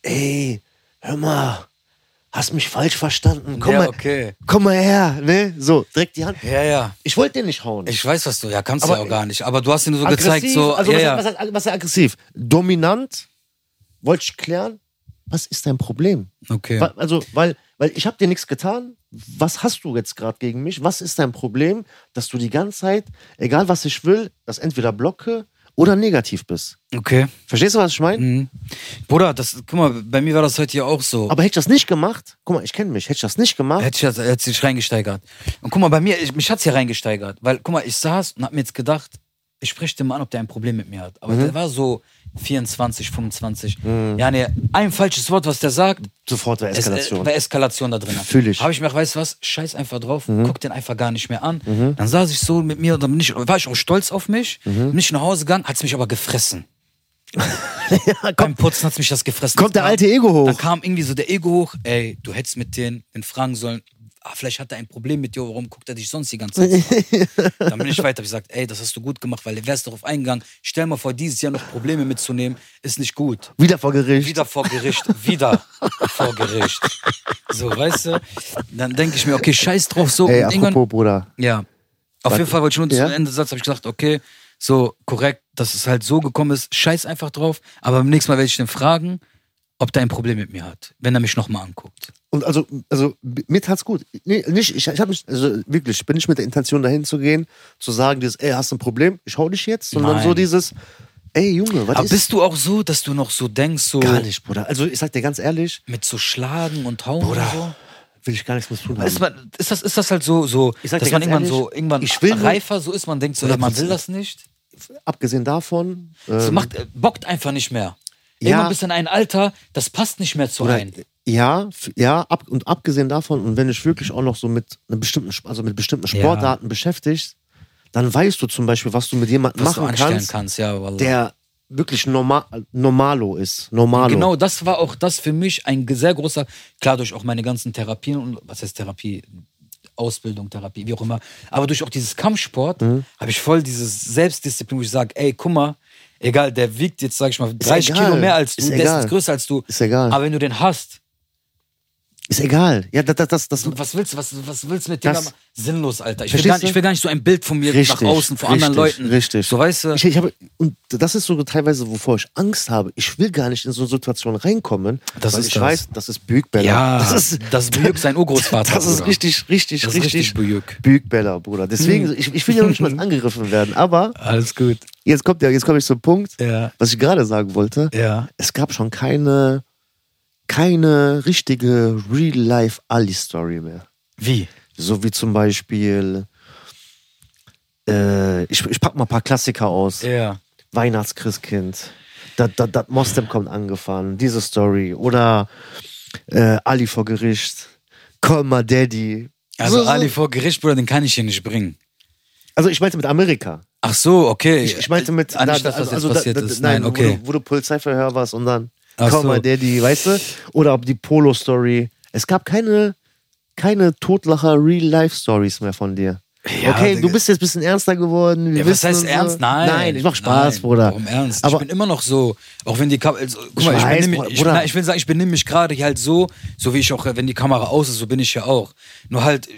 Speaker 2: Ey, hör mal, hast mich falsch verstanden, komm,
Speaker 1: ja,
Speaker 2: mal,
Speaker 1: okay.
Speaker 2: komm mal her, ne? So, direkt die Hand.
Speaker 1: Ja, ja.
Speaker 2: Ich wollte den nicht hauen.
Speaker 1: Ich weiß, was du, ja, kannst du
Speaker 2: Aber-
Speaker 1: ja auch gar nicht. Aber du hast ihn so gezeigt, so,
Speaker 2: also
Speaker 1: ja,
Speaker 2: was,
Speaker 1: ja.
Speaker 2: Was, was, was ist aggressiv? Dominant? Wollte ich klären? Was ist dein Problem?
Speaker 1: okay.
Speaker 2: Wa- Also, weil, weil ich habe dir nichts getan. Was hast du jetzt gerade gegen mich? Was ist dein Problem, dass du die ganze Zeit, egal was ich will, das entweder blocke oder negativ bist?
Speaker 1: Okay.
Speaker 2: Verstehst du, was ich meine?
Speaker 1: Mhm. Bruder, das, guck mal, bei mir war das heute hier auch so.
Speaker 2: Aber hätte ich das nicht gemacht, guck mal, ich kenne mich, hätte ich das nicht gemacht,
Speaker 1: Hätte ich das, hätte sich reingesteigert. Und guck mal, bei mir, ich, mich hat's hier reingesteigert. Weil, guck mal, ich saß und hab mir jetzt gedacht, ich spreche den mal an, ob der ein Problem mit mir hat.
Speaker 2: Mhm.
Speaker 1: Aber der war so 24, 25. Ja, ne, ein falsches Wort, was der sagt,
Speaker 2: sofort wäre
Speaker 1: Es, äh,
Speaker 2: Eskalation.
Speaker 1: bei Eskalation da drin.
Speaker 2: Fühl ich. Mhm.
Speaker 1: Habe ich mir, weißt du was, scheiß einfach drauf, guck den einfach gar nicht mehr an. Dann saß ich so mit mir, und dann bin ich, war ich auch stolz auf mich,
Speaker 2: Mhm.
Speaker 1: bin ich nach Hause gegangen, hat's mich aber gefressen. Beim Putzen hat's mich das gefressen.
Speaker 2: Kommt der
Speaker 1: Dann-
Speaker 2: alte Ego hoch.
Speaker 1: Dann kam irgendwie so der Ego hoch, ey, du hättest mit denen den fragen sollen, ah, vielleicht hat er ein Problem mit dir, warum guckt er dich sonst die ganze Zeit so an? Dann bin ich weiter, hab ich gesagt, ey, das hast du gut gemacht, weil du wärst darauf eingegangen, stell mal vor, dieses Jahr noch Probleme mitzunehmen, ist nicht gut
Speaker 2: Wieder vor Gericht.
Speaker 1: wieder vor Gericht, wieder vor Gericht. So, weißt du? Dann denke ich mir, okay, scheiß drauf, so.
Speaker 2: Ey,
Speaker 1: und irgendwann,
Speaker 2: apropos, Bruder.
Speaker 1: ja. Auf jeden Fall wollte ich nur
Speaker 2: Ja?
Speaker 1: zum Ende Satz, habe ich gesagt, okay, so korrekt, dass es halt so gekommen ist, scheiß einfach drauf. Aber beim nächsten Mal werde ich den fragen, ob der ein Problem mit mir hat, wenn er mich nochmal anguckt.
Speaker 2: Und also, also mir tat's gut. Nee, nicht, ich, ich habe mich, also wirklich, ich bin nicht mit der Intention dahin zu gehen, zu sagen, dieses, ey, hast du ein Problem? Ich hau dich jetzt, sondern
Speaker 1: Nein.
Speaker 2: so dieses, ey Junge, was
Speaker 1: Aber
Speaker 2: ist
Speaker 1: bist du auch so, dass du noch so denkst, so
Speaker 2: gar nicht, Bruder? Also ich sag dir ganz ehrlich,
Speaker 1: mit so Schlagen und Hauen und so?
Speaker 2: will ich gar nichts mit zu tun haben.
Speaker 1: Ist, man, ist, das, ist das halt so, so
Speaker 2: Ich sag dir
Speaker 1: dass man irgendwann
Speaker 2: ganz ehrlich,
Speaker 1: so irgendwann
Speaker 2: ich will nur-
Speaker 1: reifer so ist, man denkt so, ey, man will
Speaker 2: 100%.
Speaker 1: das nicht?
Speaker 2: Abgesehen davon,
Speaker 1: Das
Speaker 2: ähm,
Speaker 1: macht, äh, bockt einfach nicht mehr.
Speaker 2: Ja.
Speaker 1: Irgendwann bist du in ein Alter, das passt nicht mehr zu
Speaker 2: oder,
Speaker 1: einem.
Speaker 2: ja, f- ja, ab, und abgesehen davon, und wenn ich wirklich auch noch so mit einem bestimmten, Sp- also mit bestimmten
Speaker 1: Ja.
Speaker 2: Sportarten beschäftigt, dann weißt du zum Beispiel, was du mit jemandem
Speaker 1: Was du
Speaker 2: machen
Speaker 1: anstellen
Speaker 2: kannst,
Speaker 1: kannst, ja. Wallah.
Speaker 2: der wirklich normal, normalo ist. Normalo.
Speaker 1: genau, das war auch das für mich ein sehr großer, klar durch auch meine ganzen Therapien und was heißt Therapie, Ausbildung, Therapie, wie auch immer, aber durch auch dieses Kampfsport
Speaker 2: Mhm.
Speaker 1: habe ich voll dieses Selbstdisziplin, wo ich sage, ey, guck mal, egal, der wiegt jetzt, sag ich mal, 30
Speaker 2: egal.
Speaker 1: Kilo mehr als du,
Speaker 2: Ist
Speaker 1: der ist
Speaker 2: egal.
Speaker 1: jetzt größer als du.
Speaker 2: Ist egal.
Speaker 1: Aber wenn du den hast,
Speaker 2: Ist egal. Ja, das, das, das,
Speaker 1: was willst du, was, was willst du mit dem
Speaker 2: Das-
Speaker 1: da ma- Sinnlos, Alter. Ich will,
Speaker 2: Verstehst
Speaker 1: gar, nicht-
Speaker 2: du?
Speaker 1: ich will gar nicht so ein Bild von mir nach außen vor anderen
Speaker 2: richtig,
Speaker 1: Leuten.
Speaker 2: Richtig.
Speaker 1: So, weißt du?
Speaker 2: Ich, ich habe, und das ist so teilweise, wovor ich Angst habe. Ich will gar nicht in so eine Situation reinkommen,
Speaker 1: Das
Speaker 2: weil
Speaker 1: ist
Speaker 2: ich
Speaker 1: das.
Speaker 2: weiß, das ist Bügbäller.
Speaker 1: Ja,
Speaker 2: das ist,
Speaker 1: das ist Büyük, sein Urgroßvater,
Speaker 2: Das ist
Speaker 1: Bruder.
Speaker 2: richtig, richtig,
Speaker 1: Das ist
Speaker 2: richtig,
Speaker 1: richtig Büyük. Hm.
Speaker 2: Bügbäller, Bruder. Deswegen, ich, ich will ja nicht mal angegriffen werden. Aber
Speaker 1: Alles gut.
Speaker 2: jetzt kommt ja, jetzt komme ich zum Punkt,
Speaker 1: Ja.
Speaker 2: was ich gerade sagen wollte.
Speaker 1: Ja.
Speaker 2: Es gab schon keine, keine richtige Real-Life-Ali-Story mehr.
Speaker 1: Wie?
Speaker 2: So wie zum Beispiel, äh, ich, ich pack mal ein paar Klassiker aus.
Speaker 1: Ja.
Speaker 2: Weihnachtschristkind, das da, da Mostem kommt angefahren, diese Story. Oder äh, Ali vor Gericht, Call My Daddy.
Speaker 1: Also
Speaker 2: So, so.
Speaker 1: Ali vor Gericht, Bruder, den kann ich hier nicht bringen.
Speaker 2: Also ich meinte mit Amerika.
Speaker 1: Ach so, okay.
Speaker 2: Ich, ich meinte mit... also
Speaker 1: Anstatt, Äh, dass das jetzt passiert ist. Nein, okay.
Speaker 2: Wo du, wo du Polizeiverhör warst und dann
Speaker 1: Ach
Speaker 2: Call
Speaker 1: so.
Speaker 2: My Daddy, weißt du? Oder ob die Polo-Story. Es gab keine... Keine Totlacher Real-Life-Stories mehr von dir.
Speaker 1: Ja,
Speaker 2: okay, du
Speaker 1: Digga.
Speaker 2: bist jetzt ein bisschen ernster geworden. wir
Speaker 1: Ja, was
Speaker 2: wissen
Speaker 1: heißt
Speaker 2: und so.
Speaker 1: ernst? Nein.
Speaker 2: Nein, ich mach Spaß,
Speaker 1: Nein,
Speaker 2: Bruder.
Speaker 1: Warum ernst?
Speaker 2: Aber
Speaker 1: ich bin immer noch so, auch wenn die Kamera. Also, guck mal,
Speaker 2: Ich
Speaker 1: ich,
Speaker 2: weiß,
Speaker 1: benehme mich, ich,
Speaker 2: Bruder.
Speaker 1: nein, ich will sagen, ich benehme mich gerade hier halt so, so wie ich auch, äh, wenn die Kamera aus ist, so bin ich ja auch. Nur halt,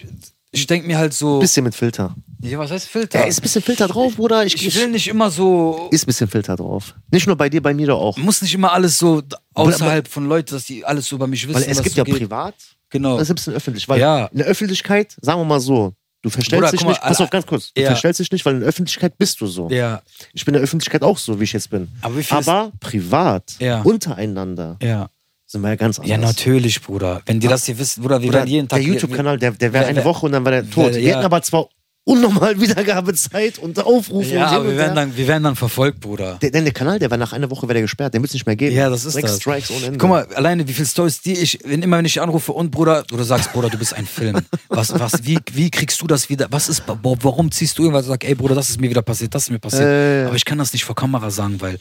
Speaker 1: ich denke mir halt so.
Speaker 2: bisschen mit Filter.
Speaker 1: ja, was heißt Filter?
Speaker 2: Ja, ist ein bisschen Filter drauf, Bruder. Ich,
Speaker 1: ich will nicht immer so.
Speaker 2: ist ein bisschen Filter drauf. Nicht nur bei dir, bei mir doch auch.
Speaker 1: Muss nicht immer alles so außerhalb von Leuten, dass die alles so über mich wissen.
Speaker 2: Weil es
Speaker 1: was
Speaker 2: gibt
Speaker 1: so
Speaker 2: ja
Speaker 1: geht.
Speaker 2: privat,
Speaker 1: Genau.
Speaker 2: es gibt es öffentlich. Weil
Speaker 1: Ja.
Speaker 2: in der Öffentlichkeit, sagen wir mal so, du verstellst
Speaker 1: Bruder,
Speaker 2: dich
Speaker 1: guck mal, äh,
Speaker 2: nicht. Pass auf, ganz kurz. Du
Speaker 1: Ja.
Speaker 2: verstellst dich nicht, weil in der Öffentlichkeit bist du so.
Speaker 1: Ja,
Speaker 2: Ich bin in der Öffentlichkeit auch so, wie ich jetzt bin.
Speaker 1: Aber wie viel ist-
Speaker 2: Aber privat,
Speaker 1: Ja.
Speaker 2: untereinander,
Speaker 1: ja.
Speaker 2: sind wir ja ganz anders.
Speaker 1: Ja, natürlich, Bruder. Wenn die das hier wissen, Bruder, wir
Speaker 2: Oder
Speaker 1: werden jeden Tag.
Speaker 2: der YouTube-Kanal, der, der wäre
Speaker 1: Wer-
Speaker 2: eine
Speaker 1: wer-
Speaker 2: Woche und dann war der tot.
Speaker 1: wer-
Speaker 2: Wir
Speaker 1: ja.
Speaker 2: hätten aber zwar unnormal Wiedergabezeit und Aufrufe.
Speaker 1: Ja,
Speaker 2: und hin
Speaker 1: aber
Speaker 2: und
Speaker 1: wir werden,
Speaker 2: her.
Speaker 1: dann, wir werden dann verfolgt, Bruder.
Speaker 2: der, denn der Kanal, der war nach einer Woche wäre der gesperrt. Der müsste nicht mehr geben.
Speaker 1: Ja, das ist
Speaker 2: Sechs
Speaker 1: das.
Speaker 2: Strikes ohne Ende.
Speaker 1: Guck mal, alleine wie viele Stories die ich, wenn immer wenn ich anrufe und Bruder, du sagst, Bruder, du bist ein Film. Was, was, wie, wie kriegst du das wieder? Was ist, wa- warum ziehst du irgendwas und sagst, ey Bruder, das ist mir wieder passiert, das ist mir passiert.
Speaker 2: Äh.
Speaker 1: Aber ich kann das nicht vor Kamera sagen, weil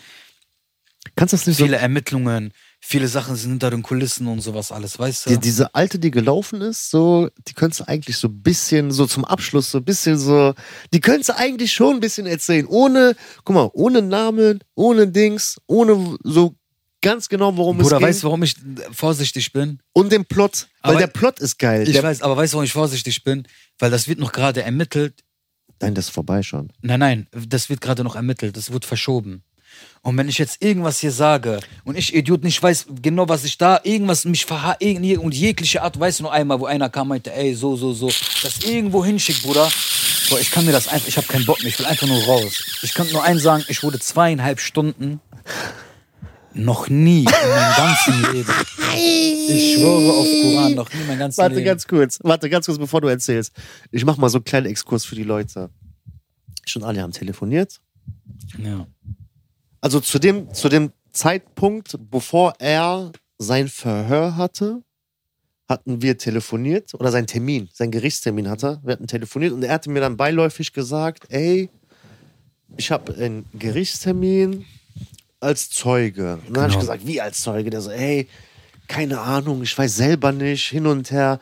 Speaker 2: kannst du das nicht so?
Speaker 1: viele Ermittlungen, viele Sachen sind hinter den Kulissen und sowas alles, weißt du?
Speaker 2: Die, diese alte, die gelaufen ist, so, die könntest du eigentlich so ein bisschen, so zum Abschluss, so ein bisschen so, die könntest du eigentlich schon ein bisschen erzählen. Ohne, guck mal, ohne Namen, ohne Dings, ohne so ganz genau, worum
Speaker 1: Bruder,
Speaker 2: es ging.
Speaker 1: weißt du, warum ich vorsichtig bin?
Speaker 2: und den Plot. Weil
Speaker 1: Aber-
Speaker 2: der Plot ist geil.
Speaker 1: Ich
Speaker 2: Der,
Speaker 1: weiß, aber weißt du, warum ich vorsichtig bin? Weil das wird noch gerade ermittelt
Speaker 2: nein, das ist vorbei schon.
Speaker 1: Nein, nein, das wird gerade noch ermittelt, das wird verschoben. Und wenn ich jetzt irgendwas hier sage und ich Idiot nicht weiß genau, was ich da, irgendwas mich verha irgendwie- und jegliche Art, weißt du noch einmal, wo einer kam und meinte, ey, so, so, so, das irgendwo hinschickt, Bruder. Boah, ich kann mir das einfach, ich habe keinen Bock mehr, ich will einfach nur raus. Ich könnte nur einen sagen, ich wurde zweieinhalb Stunden noch nie in meinem ganzen Leben. Ich schwöre auf Koran, noch nie in meinem ganzen
Speaker 2: Warte
Speaker 1: Leben.
Speaker 2: ganz kurz, warte ganz kurz, bevor du erzählst. Ich mach mal so einen kleinen Exkurs für die Leute. Schon alle haben telefoniert.
Speaker 1: ja.
Speaker 2: Also zu dem, zu dem Zeitpunkt, bevor er sein Verhör hatte, hatten wir telefoniert oder sein Termin, sein Gerichtstermin hatte. Wir hatten telefoniert und er hatte mir dann beiläufig gesagt, ey, ich habe einen Gerichtstermin als Zeuge. Und dann habe ich
Speaker 1: Genau.
Speaker 2: gesagt, wie als Zeuge? Der so, ey, keine Ahnung, ich weiß selber nicht, hin und her.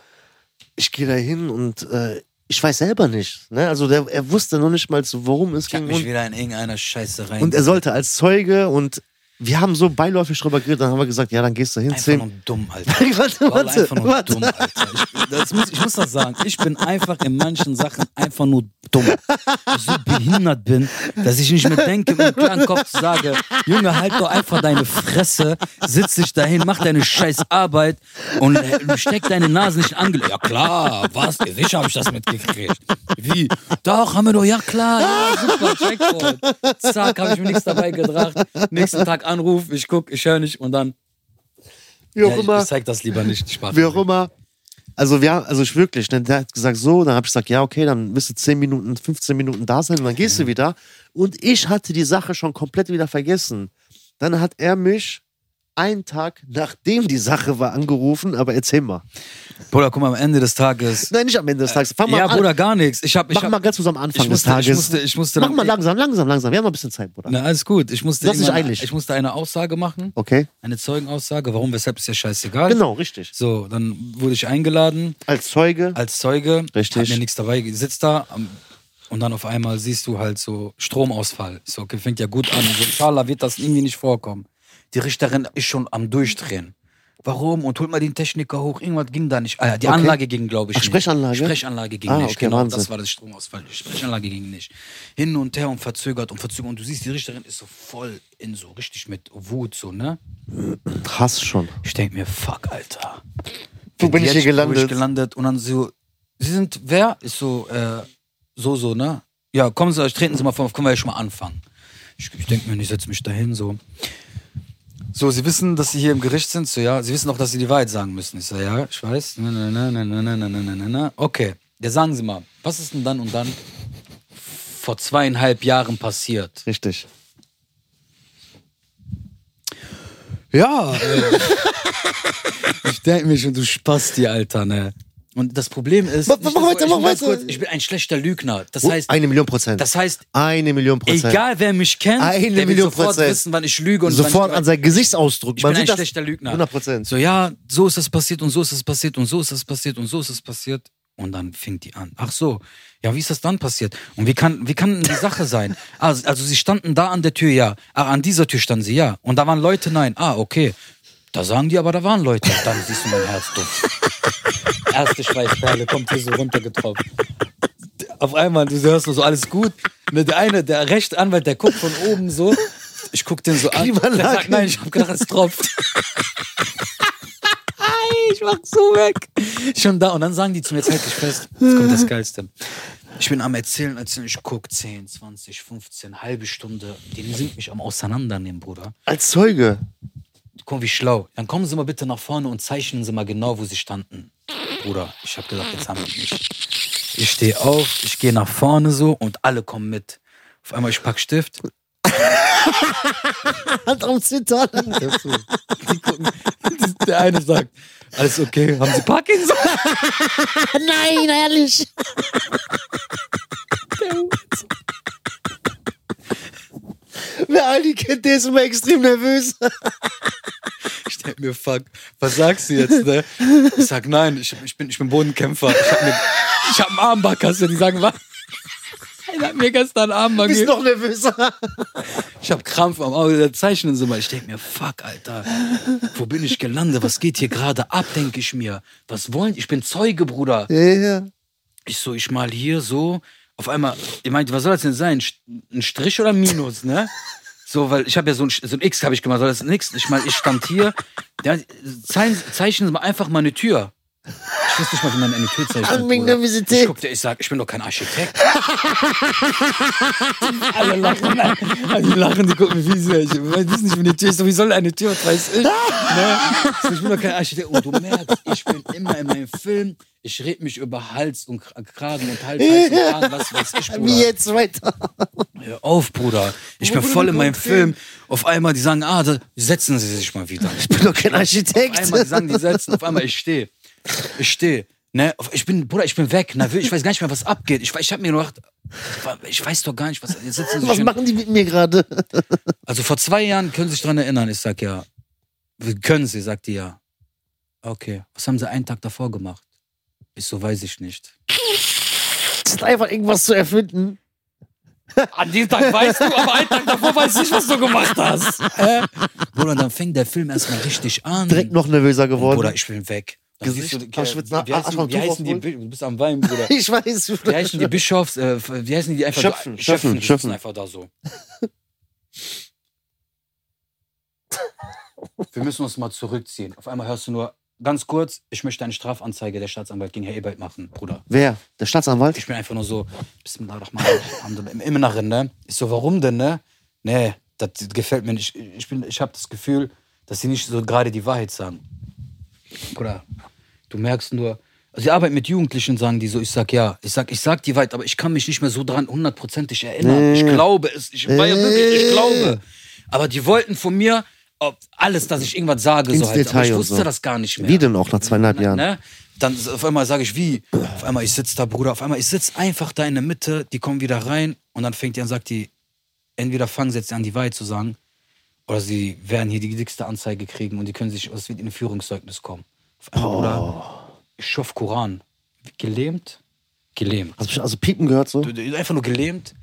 Speaker 2: Ich gehe da hin und äh, ich weiß selber nicht. Ne? Also der, er wusste noch nicht mal, worum es
Speaker 1: Ich hab
Speaker 2: ging.
Speaker 1: mich
Speaker 2: Und
Speaker 1: wieder in irgendeiner Scheiße rein.
Speaker 2: und er sollte als Zeuge und wir haben so beiläufig drüber geredet, dann haben wir gesagt, ja, dann gehst du hin.
Speaker 1: einfach
Speaker 2: Zehn.
Speaker 1: nur dumm, Alter.
Speaker 2: Warte,
Speaker 1: War
Speaker 2: warte,
Speaker 1: einfach nur
Speaker 2: warte.
Speaker 1: dumm, Alter. Ich, das muss, ich muss das sagen. Ich bin einfach in manchen Sachen einfach nur dumm. Weil Ich so behindert bin, dass ich nicht mehr denke, mit dem klaren Kopf sage, Junge, halt doch einfach deine Fresse, sitz dich dahin, mach deine scheiß Arbeit und äh, steck deine Nase nicht in Angel. Ja klar, was? Sicher habe ich das mitgekriegt. Wie? Doch, haben wir doch, ja klar, ja, super, Checkpoint. Zack, habe ich mir nichts dabei gedacht. Nächsten Tag Anruf, ich guck, ich höre nicht und dann,
Speaker 2: Wie auch
Speaker 1: ja, ich,
Speaker 2: immer,
Speaker 1: ich zeig das lieber nicht. Spaß.
Speaker 2: wie auch immer. Also, wir, haben- also ich wirklich, ne, der hat gesagt so, dann habe ich gesagt, ja, okay, dann wirst du 10 Minuten, 15 Minuten da sein und dann gehst du wieder. Und ich hatte die Sache schon komplett wieder vergessen. Dann hat er mich einen Tag, nachdem die Sache war, angerufen, aber erzähl mal.
Speaker 1: Bruder, guck mal, am Ende des Tages.
Speaker 2: Nein, nicht am Ende des Tages. Fang mal
Speaker 1: Äh, ja,
Speaker 2: an.
Speaker 1: Bruder, gar nichts. Ich hab, ich
Speaker 2: Mach
Speaker 1: hab,
Speaker 2: mal ganz zusammen
Speaker 1: ich
Speaker 2: Anfang des
Speaker 1: musste,
Speaker 2: Tages.
Speaker 1: Ich musste, ich musste
Speaker 2: Mach
Speaker 1: dann-
Speaker 2: mal langsam, langsam, langsam. Wir haben noch ein bisschen Zeit, Bruder.
Speaker 1: Na, alles gut. Ich musste,
Speaker 2: Das ist
Speaker 1: irgendwann-
Speaker 2: eilig.
Speaker 1: ich musste eine Aussage machen,
Speaker 2: Okay?
Speaker 1: eine Zeugenaussage. Warum, weshalb ist ja scheißegal.
Speaker 2: Genau, richtig.
Speaker 1: So, dann wurde ich eingeladen
Speaker 2: Als Zeuge.
Speaker 1: als Zeuge.
Speaker 2: Richtig.
Speaker 1: Hab mir nichts dabei, sitzt da am- und dann auf einmal siehst du halt so Stromausfall. So, okay, fängt ja gut an. So, inshallah wird das irgendwie nicht vorkommen. Die Richterin ist schon am Durchdrehen. Warum? Und holt mal den Techniker hoch. Irgendwas ging da nicht. Ah, ja, die
Speaker 2: Okay.
Speaker 1: Anlage ging, glaube ich.
Speaker 2: Ach,
Speaker 1: nicht.
Speaker 2: Sprechanlage?
Speaker 1: Sprechanlage ging
Speaker 2: Ah,
Speaker 1: nicht.
Speaker 2: okay,
Speaker 1: genau,
Speaker 2: Wahnsinn.
Speaker 1: das war das Stromausfall. Die Sprechanlage ging nicht. Hin und her und verzögert und verzögert. Und du siehst, die Richterin ist so voll in so richtig mit Wut, so, ne?
Speaker 2: Hass schon.
Speaker 1: Ich denke mir, fuck, Alter.
Speaker 2: Wo bin
Speaker 1: Jetzt
Speaker 2: ich hier
Speaker 1: Wo ich
Speaker 2: gelandet?
Speaker 1: gelandet und dann so, Sie sind wer? Ist so, äh, so, so, ne? Ja, kommen Sie, treten Sie mal vor, können wir ja schon mal anfangen. Ich, ich denke mir, ich setze mich dahin, so. So, Sie wissen, dass Sie hier im Gericht sind, so, ja. Sie wissen auch, dass Sie die Wahrheit sagen müssen. Ich so, ja, ich weiß. Na, na, na, na, na, na, na, na, na, na, na. Okay, ja, sagen Sie mal, was ist denn dann und dann vor zweieinhalb Jahren passiert?
Speaker 2: Richtig.
Speaker 1: Ja. Äh. ich denke mir schon, du Spasti, Alter, ne? Und das Problem ist,
Speaker 2: Mach- mach
Speaker 1: ich,
Speaker 2: weiter,
Speaker 1: ich,
Speaker 2: mach
Speaker 1: ganz
Speaker 2: weiter.
Speaker 1: Kurz, ich bin ein schlechter Lügner. Das
Speaker 2: Oh,
Speaker 1: heißt,
Speaker 2: eine Million Prozent.
Speaker 1: das heißt,
Speaker 2: eine Million Prozent.
Speaker 1: egal wer mich kennt,
Speaker 2: Eine
Speaker 1: der will
Speaker 2: Million
Speaker 1: sofort
Speaker 2: Prozent.
Speaker 1: wissen, wann ich lüge und
Speaker 2: Sofort
Speaker 1: wann
Speaker 2: an seinen Gesichtsausdruck.
Speaker 1: ich,
Speaker 2: Man
Speaker 1: ich bin ein
Speaker 2: sieht das.
Speaker 1: schlechter Lügner.
Speaker 2: 100 Prozent.
Speaker 1: So, ja, so ist das passiert und so ist das passiert und so ist das passiert und so ist das passiert. Und dann fängt die an. Ach so, ja, wie ist das dann passiert? Und wie kann, wie kann denn die Sache sein? Also, also sie standen da an der Tür, ja. Ah, an dieser Tür standen sie, ja. Und da waren Leute, nein. Ah, okay. Da sagen die aber, da waren Leute. Dann siehst du mein Herz, du. Erste Schweißperle kommt hier so runtergetroffen. Auf einmal, du hörst nur so, alles gut. Ne, Der eine, der rechte Anwalt, der guckt von oben so. Ich guck den so an. Der
Speaker 2: Klimaanlage.
Speaker 1: sagt, nein, ich hab gedacht, es tropft. Ich mach so weg. Schon da. Und dann sagen die zu mir, jetzt halt dich fest. Jetzt kommt das Geilste. Ich bin am Erzählen, erzählen. Ich guck 10, 20, 15, halbe Stunde. Die sind mich am Auseinandernehmen, Bruder.
Speaker 2: Als Zeuge.
Speaker 1: guck mal, wie schlau. Dann kommen Sie mal bitte nach vorne und zeichnen Sie mal genau, wo Sie standen. Bruder, ich habe gesagt, jetzt haben wir mich. Ich stehe auf, ich gehe nach vorne so und alle kommen mit. Auf einmal, ich pack Stift.
Speaker 2: Hand am Zittern.
Speaker 1: Die gucken. Der eine sagt, alles okay, haben Sie Parkinson?
Speaker 2: Nein, ehrlich. Wer Ali kennt, der ist immer extrem nervös.
Speaker 1: Ich denk mir, fuck, was sagst du jetzt, ne? Ich sag, nein, ich, ich, bin, ich bin Bodenkämpfer. Ich hab, mir, ich hab einen Armbandkasten. Die sagen, was? Ich hab mir gestern Armband
Speaker 2: Bist
Speaker 1: gegeben.
Speaker 2: noch nervöser.
Speaker 1: Ich hab Krampf am Auge, da zeichnen sie mal. Ich denk mir, fuck, Alter, wo bin ich gelandet? Was geht hier gerade ab, denke ich mir. Was wollen? Ich bin Zeuge, Bruder.
Speaker 2: Ja, ja.
Speaker 1: Ich so, ich mal hier so. Auf einmal, ihr meint, was soll das denn sein? St- Ein Strich oder ein Minus, ne? So, weil ich habe ja so ein, Sch- so ein X habe ich gemacht, soll das ein X? Ich meine, ich stand hier. Der, zeichnen, zeichnen Sie mal einfach mal eine Tür. Ich wusste nicht mal, wie man eine Tür zeichnet.
Speaker 2: An wegen
Speaker 1: Bruder.
Speaker 2: Nervosität.
Speaker 1: Ich guckte, ich sag, ich bin doch kein Architekt. Alle lachen, alle lachen, die gucken mir wie sie. Ich weiß nicht, wie eine Tür ist. So, Wie soll eine Tür, was weiß ich. Ne? So, Ich bin doch kein Architekt. Und du merkst, ich bin immer in meinem Film. Ich red mich über Hals und Kra- Kragen und Hals, Hals und Kragen, was weiß ich,
Speaker 2: Wie
Speaker 1: Bruder.
Speaker 2: jetzt weiter?
Speaker 1: Hör auf, Bruder. Ich bin
Speaker 2: Bruder,
Speaker 1: voll
Speaker 2: du
Speaker 1: in meinem
Speaker 2: guckst
Speaker 1: Film. Auf einmal, die sagen, ah, da, setzen Sie sich mal wieder.
Speaker 2: Ich bin doch kein Architekt.
Speaker 1: Auf einmal die sagen die Sätze, auf einmal ich stehe. Ich stehe. Ne? Auf- Ich bin, Bruder, ich bin weg, nervös, ich weiß gar nicht mehr, was abgeht. Ich, we- ich habe mir gedacht, ich weiß doch gar nicht, was. Jetzt sitzen sie
Speaker 2: Was
Speaker 1: schön-
Speaker 2: machen die mit mir gerade?
Speaker 1: also vor zwei Jahren können Sie sich dran erinnern. Ich sag ja. "Wir Können Sie, sagt die ja. Okay. Was haben Sie einen Tag davor gemacht? Ich so, weiß ich nicht.
Speaker 2: Ist einfach irgendwas zu erfinden.
Speaker 1: An diesem Tag weißt du, aber einen Tag davor weiß ich nicht, was du gemacht hast. Äh? Bruder, und dann fängt der Film erstmal richtig an.
Speaker 2: Direkt noch nervöser geworden.
Speaker 1: Bruder, ich bin weg. Dann
Speaker 2: Gesicht
Speaker 1: siehst du,
Speaker 2: abschwitzen,
Speaker 1: wie heißen,
Speaker 2: Arschloch,
Speaker 1: wie
Speaker 2: Tuch
Speaker 1: heißen die?
Speaker 2: aufholen.
Speaker 1: Du bist am Weinen, Bruder.
Speaker 2: ich weiß.
Speaker 1: Wie heißen die Bischofs? Äh, wie heißen die einfach?
Speaker 2: Schöpfen,
Speaker 1: so,
Speaker 2: Schöpfen,
Speaker 1: die
Speaker 2: Schöpfen.
Speaker 1: sitzen einfach da so. Wir müssen uns mal zurückziehen. Auf einmal hörst du nur, ganz kurz, ich möchte eine Strafanzeige der Staatsanwalt gegen Herr Ebert machen, Bruder.
Speaker 2: Wer? Der Staatsanwalt?
Speaker 1: Ich bin einfach nur so, Bismillahirrahmanirrahim, im Inneren, ne? Ich so, warum denn, ne? Nee, das gefällt mir nicht. Ich, bin, ich habe das Gefühl, dass sie nicht so gerade die Wahrheit sagen. Bruder, du merkst nur, also die Arbeit mit Jugendlichen sagen die so, ich sag ja, ich sag, ich sag die weit, aber ich kann mich nicht mehr so dran hundertprozentig erinnern. Ich glaube es, ich, war ja wirklich, ich glaube. Aber die wollten von mir ob alles, dass ich irgendwas sage,
Speaker 2: Ins
Speaker 1: so halt. aber
Speaker 2: Detail
Speaker 1: ich
Speaker 2: und
Speaker 1: wusste
Speaker 2: so.
Speaker 1: das gar nicht mehr.
Speaker 2: Wie denn auch nach zweieinhalb Jahren?
Speaker 1: Ne? Dann s- auf einmal sage ich, wie? Auf einmal, ich sitze da, Bruder, auf einmal, ich sitze einfach da in der Mitte, die kommen wieder rein und dann fängt die an, sagt die, entweder fangen sie jetzt an, die Wahrheit zu sagen oder sie werden hier die dickste Anzeige kriegen und die können sich, es wird ihnen Führungszeugnis kommen. Auf einmal, Bruder, ich schaff Koran. Gelähmt? Gelähmt.
Speaker 2: Hast du schon- also piepen gehört so?
Speaker 1: Du- du- Einfach nur gelähmt.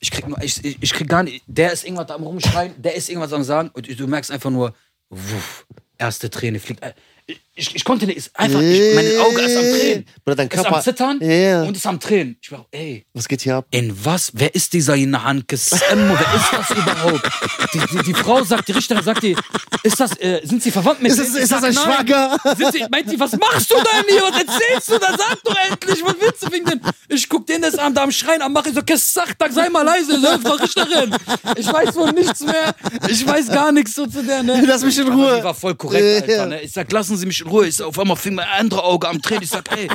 Speaker 1: Ich krieg, nur, ich, ich, ich krieg gar nicht. Der ist irgendwas am Rumschreien, der ist irgendwas am Sagen und du merkst einfach nur, wuff, erste Träne fliegt. Ich, ich, ich konnte nicht, ist einfach, ich, mein Auge ist am Tränen.
Speaker 2: Oder dein
Speaker 1: Ist
Speaker 2: Körper-
Speaker 1: am Zittern
Speaker 2: Ja.
Speaker 1: und ist am Tränen. Ich war, ey,
Speaker 2: Was geht hier ab?
Speaker 1: in was? Wer ist dieser Hinahanke Semmo? Wer ist das überhaupt? Die, die, die Frau sagt, die Richterin sagt, die, ist das, äh, sind sie verwandt mit
Speaker 2: Ist das-
Speaker 1: denen? Ich
Speaker 2: ist das
Speaker 1: sag,
Speaker 2: ein
Speaker 1: nein.
Speaker 2: Schwager?
Speaker 1: Sind sie, meint sie, was machst du denn hier? Was erzählst du da? Sag doch endlich, was willst du wegen denn? Ich guck den das an, da am Schreien am Machen, ich so, Kessachtag, sei mal leise, so, Frau Richterin. Ich weiß wohl nichts mehr. Ich weiß gar nichts so zu der, ne?
Speaker 2: Lass mich in
Speaker 1: Aber
Speaker 2: Ruhe. Äh,
Speaker 1: Die war voll korrekt, Alter. Ne? Ich sag, lassen Sie mich in Ruhe. Ich sag, auf einmal fing mein andere Auge am Tränen. Ich sag, ey,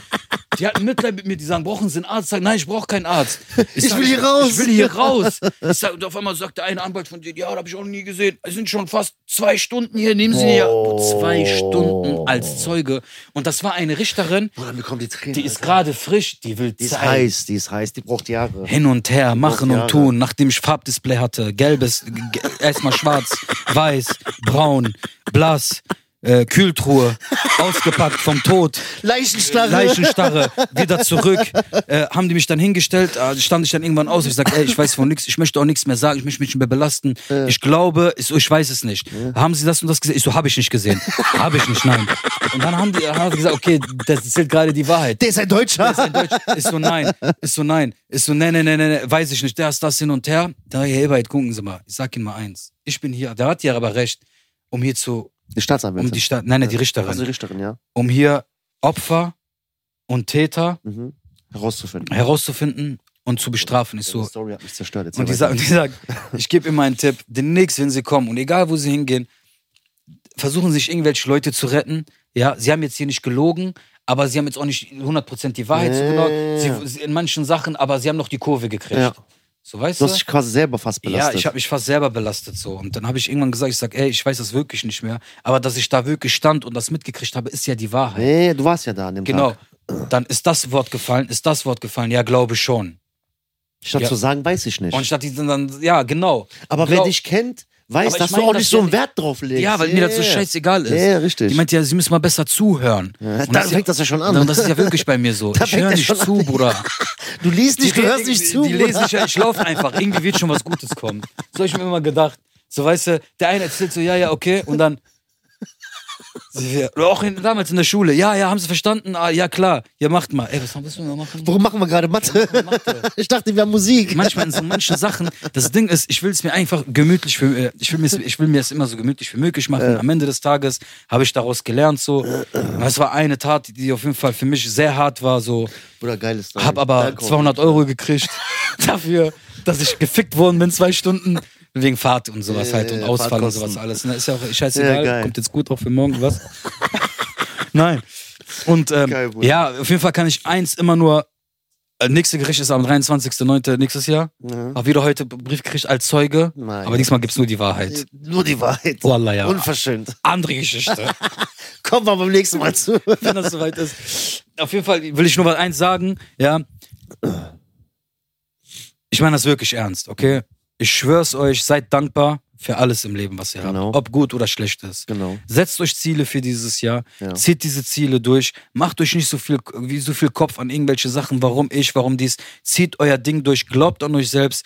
Speaker 1: die hatten Mitleid mit mir. Die sagen, brauchen Sie einen Arzt? Ich sag, nein, ich brauche keinen Arzt.
Speaker 2: Ich
Speaker 1: sag,
Speaker 2: will hier raus.
Speaker 1: Ich will hier raus. Ich sag, und auf einmal sagt der eine Anwalt von denen, ja, das habe ich auch nie gesehen. Es sind schon fast zwei Stunden hier. Nehmen Sie hier
Speaker 2: Oh.
Speaker 1: zwei Stunden als Zeuge. Und das war eine Richterin,
Speaker 2: Bruder, mir kommen die Tränen.
Speaker 1: die ist gerade frisch, die will
Speaker 2: die ist
Speaker 1: Zeit
Speaker 2: heiß, die ist heiß, die braucht Jahre.
Speaker 1: hin und her, machen
Speaker 2: Ja,
Speaker 1: und
Speaker 2: ja.
Speaker 1: tun, nachdem ich Farbdisplay hatte, gelbes, ge- erstmal schwarz, weiß, braun, blass, äh, Kühltruhe, ausgepackt vom Tod,
Speaker 2: Leichenstarre.
Speaker 1: Leichenstarre, wieder zurück, äh, haben die mich dann hingestellt, äh, stand ich dann irgendwann aus, ich sag, ey, ich weiß von nichts, ich möchte auch nichts mehr sagen, ich möchte mich nicht mehr belasten, ich glaube, ich, so, ich weiß es nicht. Haben sie das und das gesehen? Ich so, habe ich nicht gesehen, habe ich nicht, nein. Und dann haben die, haben die gesagt, okay, das ist halt gerade die Wahrheit.
Speaker 2: Der ist ein Deutscher.
Speaker 1: Ist in Deutsch. Ist so, nein. Ist so, nein. Ist so, nee, nee, nee, nee, nee, weiß ich nicht. Der ist das hin und her. Da, Herr Ebert, gucken Sie mal. Ich sag Ihnen mal eins. Ich bin hier, der hat ja aber recht, um hier zu,
Speaker 2: Die Staatsanwältin.
Speaker 1: um die Stadt, nein, nein, die
Speaker 2: also die
Speaker 1: Richterin,
Speaker 2: Richterin, ja.
Speaker 1: um hier Opfer und Täter
Speaker 2: Mhm. Herauszufinden.
Speaker 1: herauszufinden und zu bestrafen. Ist
Speaker 2: Die
Speaker 1: so,
Speaker 2: Story hat mich zerstört. Jetzt
Speaker 1: und die, sa- und die sagt, ich gebe ihm einen Tipp, demnächst, wenn sie kommen und egal, wo sie hingehen, versuchen sich irgendwelche Leute zu retten. Ja, sie haben jetzt hier nicht gelogen, aber sie haben jetzt auch nicht 100% die Wahrheit
Speaker 2: Ja, ja, ja.
Speaker 1: zugenommen. Sie, in manchen Sachen, aber sie haben noch die Kurve gekriegt.
Speaker 2: Ja.
Speaker 1: So, weißt
Speaker 2: Du
Speaker 1: du?
Speaker 2: hast dich quasi selber fast belastet.
Speaker 1: Ja, ich habe mich fast selber belastet so. Und dann habe ich irgendwann gesagt, ich sag, ey, ich weiß das wirklich nicht mehr. Aber dass ich da wirklich stand und das mitgekriegt habe, ist ja die Wahrheit.
Speaker 2: Nee, du warst ja da an dem
Speaker 1: Genau.
Speaker 2: Tag.
Speaker 1: Dann ist das Wort gefallen, ist das Wort gefallen. Ja, glaube schon.
Speaker 2: Statt
Speaker 1: Ja.
Speaker 2: zu sagen, weiß ich nicht.
Speaker 1: Und statt die sind dann, ja, genau.
Speaker 2: aber
Speaker 1: Glaub-
Speaker 2: wer dich kennt, weiß,
Speaker 1: Aber
Speaker 2: dass
Speaker 1: ich meine,
Speaker 2: du auch
Speaker 1: das
Speaker 2: nicht so einen
Speaker 1: ja-
Speaker 2: Wert drauf legst.
Speaker 1: Ja, weil mir das so scheißegal ist.
Speaker 2: Ja, richtig.
Speaker 1: Die meint ja, sie müssen mal besser zuhören.
Speaker 2: Ja,
Speaker 1: Und
Speaker 2: da
Speaker 1: ist
Speaker 2: fängt das ja schon an.
Speaker 1: Und das ist ja wirklich bei mir so.
Speaker 2: Da
Speaker 1: ich
Speaker 2: fängt
Speaker 1: höre
Speaker 2: das
Speaker 1: nicht
Speaker 2: schon an.
Speaker 1: zu, Bruder.
Speaker 2: Du liest nicht, du
Speaker 1: reden-
Speaker 2: hörst nicht zu.
Speaker 1: Die lesen
Speaker 2: Bruder.
Speaker 1: nicht, ich laufe einfach. Irgendwie wird schon was Gutes kommen. So habe ich mir immer gedacht. So, weißt du, der eine erzählt so, ja, ja, okay. Und dann. Oder auch in, damals in der Schule. Ja, ja, haben sie verstanden? Ah, ja, klar. Ja, macht mal. Ey, was müssen wir machen?
Speaker 2: Warum machen wir gerade Mathe? Ich dachte, wir haben Musik.
Speaker 1: Manchmal in so manchen Sachen, das Ding ist, ich will es mir einfach gemütlich, für, äh, ich will mir ich will mir es immer so gemütlich wie möglich machen. Am Ende des Tages habe ich daraus gelernt so. Das war eine Tat, die auf jeden Fall für mich sehr hart war so.
Speaker 2: Bruder, geiles Teil.
Speaker 1: Hab aber 200 Euro gekriegt dafür, dass ich gefickt worden bin zwei Stunden. Wegen Fahrt und sowas
Speaker 2: Ja,
Speaker 1: halt
Speaker 2: ja,
Speaker 1: und
Speaker 2: ja,
Speaker 1: Ausfall und
Speaker 2: Fahrtkosten.
Speaker 1: sowas alles. Ne? Ist ja auch scheißegal,
Speaker 2: Ja, geil.
Speaker 1: kommt jetzt gut auch für morgen was. Nein. Und ähm,
Speaker 2: Geil, Bruder.
Speaker 1: ja, auf jeden Fall kann ich eins immer nur. Äh, nächste Gericht ist am 23.09. nächstes Jahr.
Speaker 2: Ja.
Speaker 1: Hab wieder heute Brief gekriegt als Zeuge.
Speaker 2: Mhm. Nein.
Speaker 1: Aber diesmal gibt's nur die Wahrheit.
Speaker 2: Nur die Wahrheit.
Speaker 1: Wallah, Oh, ja.
Speaker 2: Unverschämt.
Speaker 1: Andere Geschichte.
Speaker 2: Kommen wir beim nächsten Mal zu.
Speaker 1: wenn das soweit ist. Auf jeden Fall will ich nur mal eins sagen, ja. Ich meine das wirklich ernst, okay? Ich schwör's euch, seid dankbar für alles im Leben, was ihr
Speaker 2: Genau.
Speaker 1: habt. Ob gut oder schlecht ist.
Speaker 2: Genau.
Speaker 1: Setzt euch Ziele für dieses Jahr,
Speaker 2: Ja.
Speaker 1: zieht diese Ziele durch, macht euch nicht so viel, wie so viel Kopf an irgendwelche Sachen, warum ich, warum dies. Zieht euer Ding durch, glaubt an euch selbst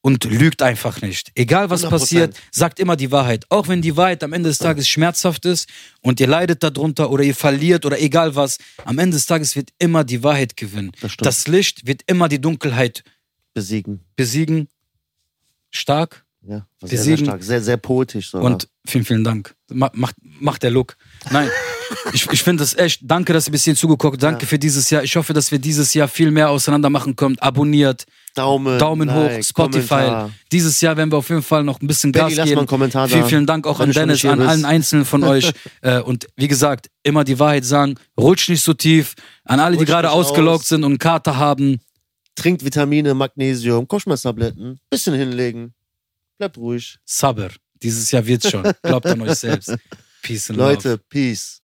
Speaker 1: und lügt einfach nicht. Egal was
Speaker 2: 100%.
Speaker 1: passiert, sagt immer die Wahrheit. Auch wenn die Wahrheit am Ende des Tages schmerzhaft ist und ihr leidet darunter oder ihr verliert oder egal was, am Ende des Tages wird immer die Wahrheit gewinnen.
Speaker 2: Das stimmt.
Speaker 1: Das Licht wird immer die Dunkelheit
Speaker 2: Besiegen.
Speaker 1: besiegen. Stark.
Speaker 2: Ja. War Sehr, sehr
Speaker 1: Besiegen.
Speaker 2: stark. Sehr, sehr poetisch. Sogar.
Speaker 1: Und vielen, vielen Dank. Ma macht, macht der Look. Nein, ich, ich finde das echt. Danke, dass ihr ein bisschen zugeguckt. Danke für dieses Jahr. Ich hoffe, dass wir dieses Jahr viel mehr auseinander machen kommt. Abonniert,
Speaker 2: Daumen,
Speaker 1: Daumen
Speaker 2: Like,
Speaker 1: hoch, Spotify.
Speaker 2: Äh, Kommentar.
Speaker 1: Dieses Jahr werden wir auf jeden Fall noch ein bisschen
Speaker 2: Benny,
Speaker 1: Gas
Speaker 2: lass
Speaker 1: geben.
Speaker 2: mal einen Kommentar da.
Speaker 1: vielen, vielen Dank auch
Speaker 2: Wenn
Speaker 1: an
Speaker 2: du schon
Speaker 1: Dennis,
Speaker 2: nicht hier
Speaker 1: an
Speaker 2: bist.
Speaker 1: allen Einzelnen von euch. Äh, und wie gesagt, immer die Wahrheit sagen. Rutscht nicht so tief. An alle, die
Speaker 2: Rutscht
Speaker 1: gerade
Speaker 2: nicht aus.
Speaker 1: ausgelaugt sind und einen Kater haben.
Speaker 2: Trinkt Vitamine, Magnesium, Kopfschmerztabletten. Bisschen hinlegen. Bleibt ruhig.
Speaker 1: Sabr. Dieses Jahr wird's schon. Glaubt an euch selbst. Peace and love.
Speaker 2: Leute, Peace.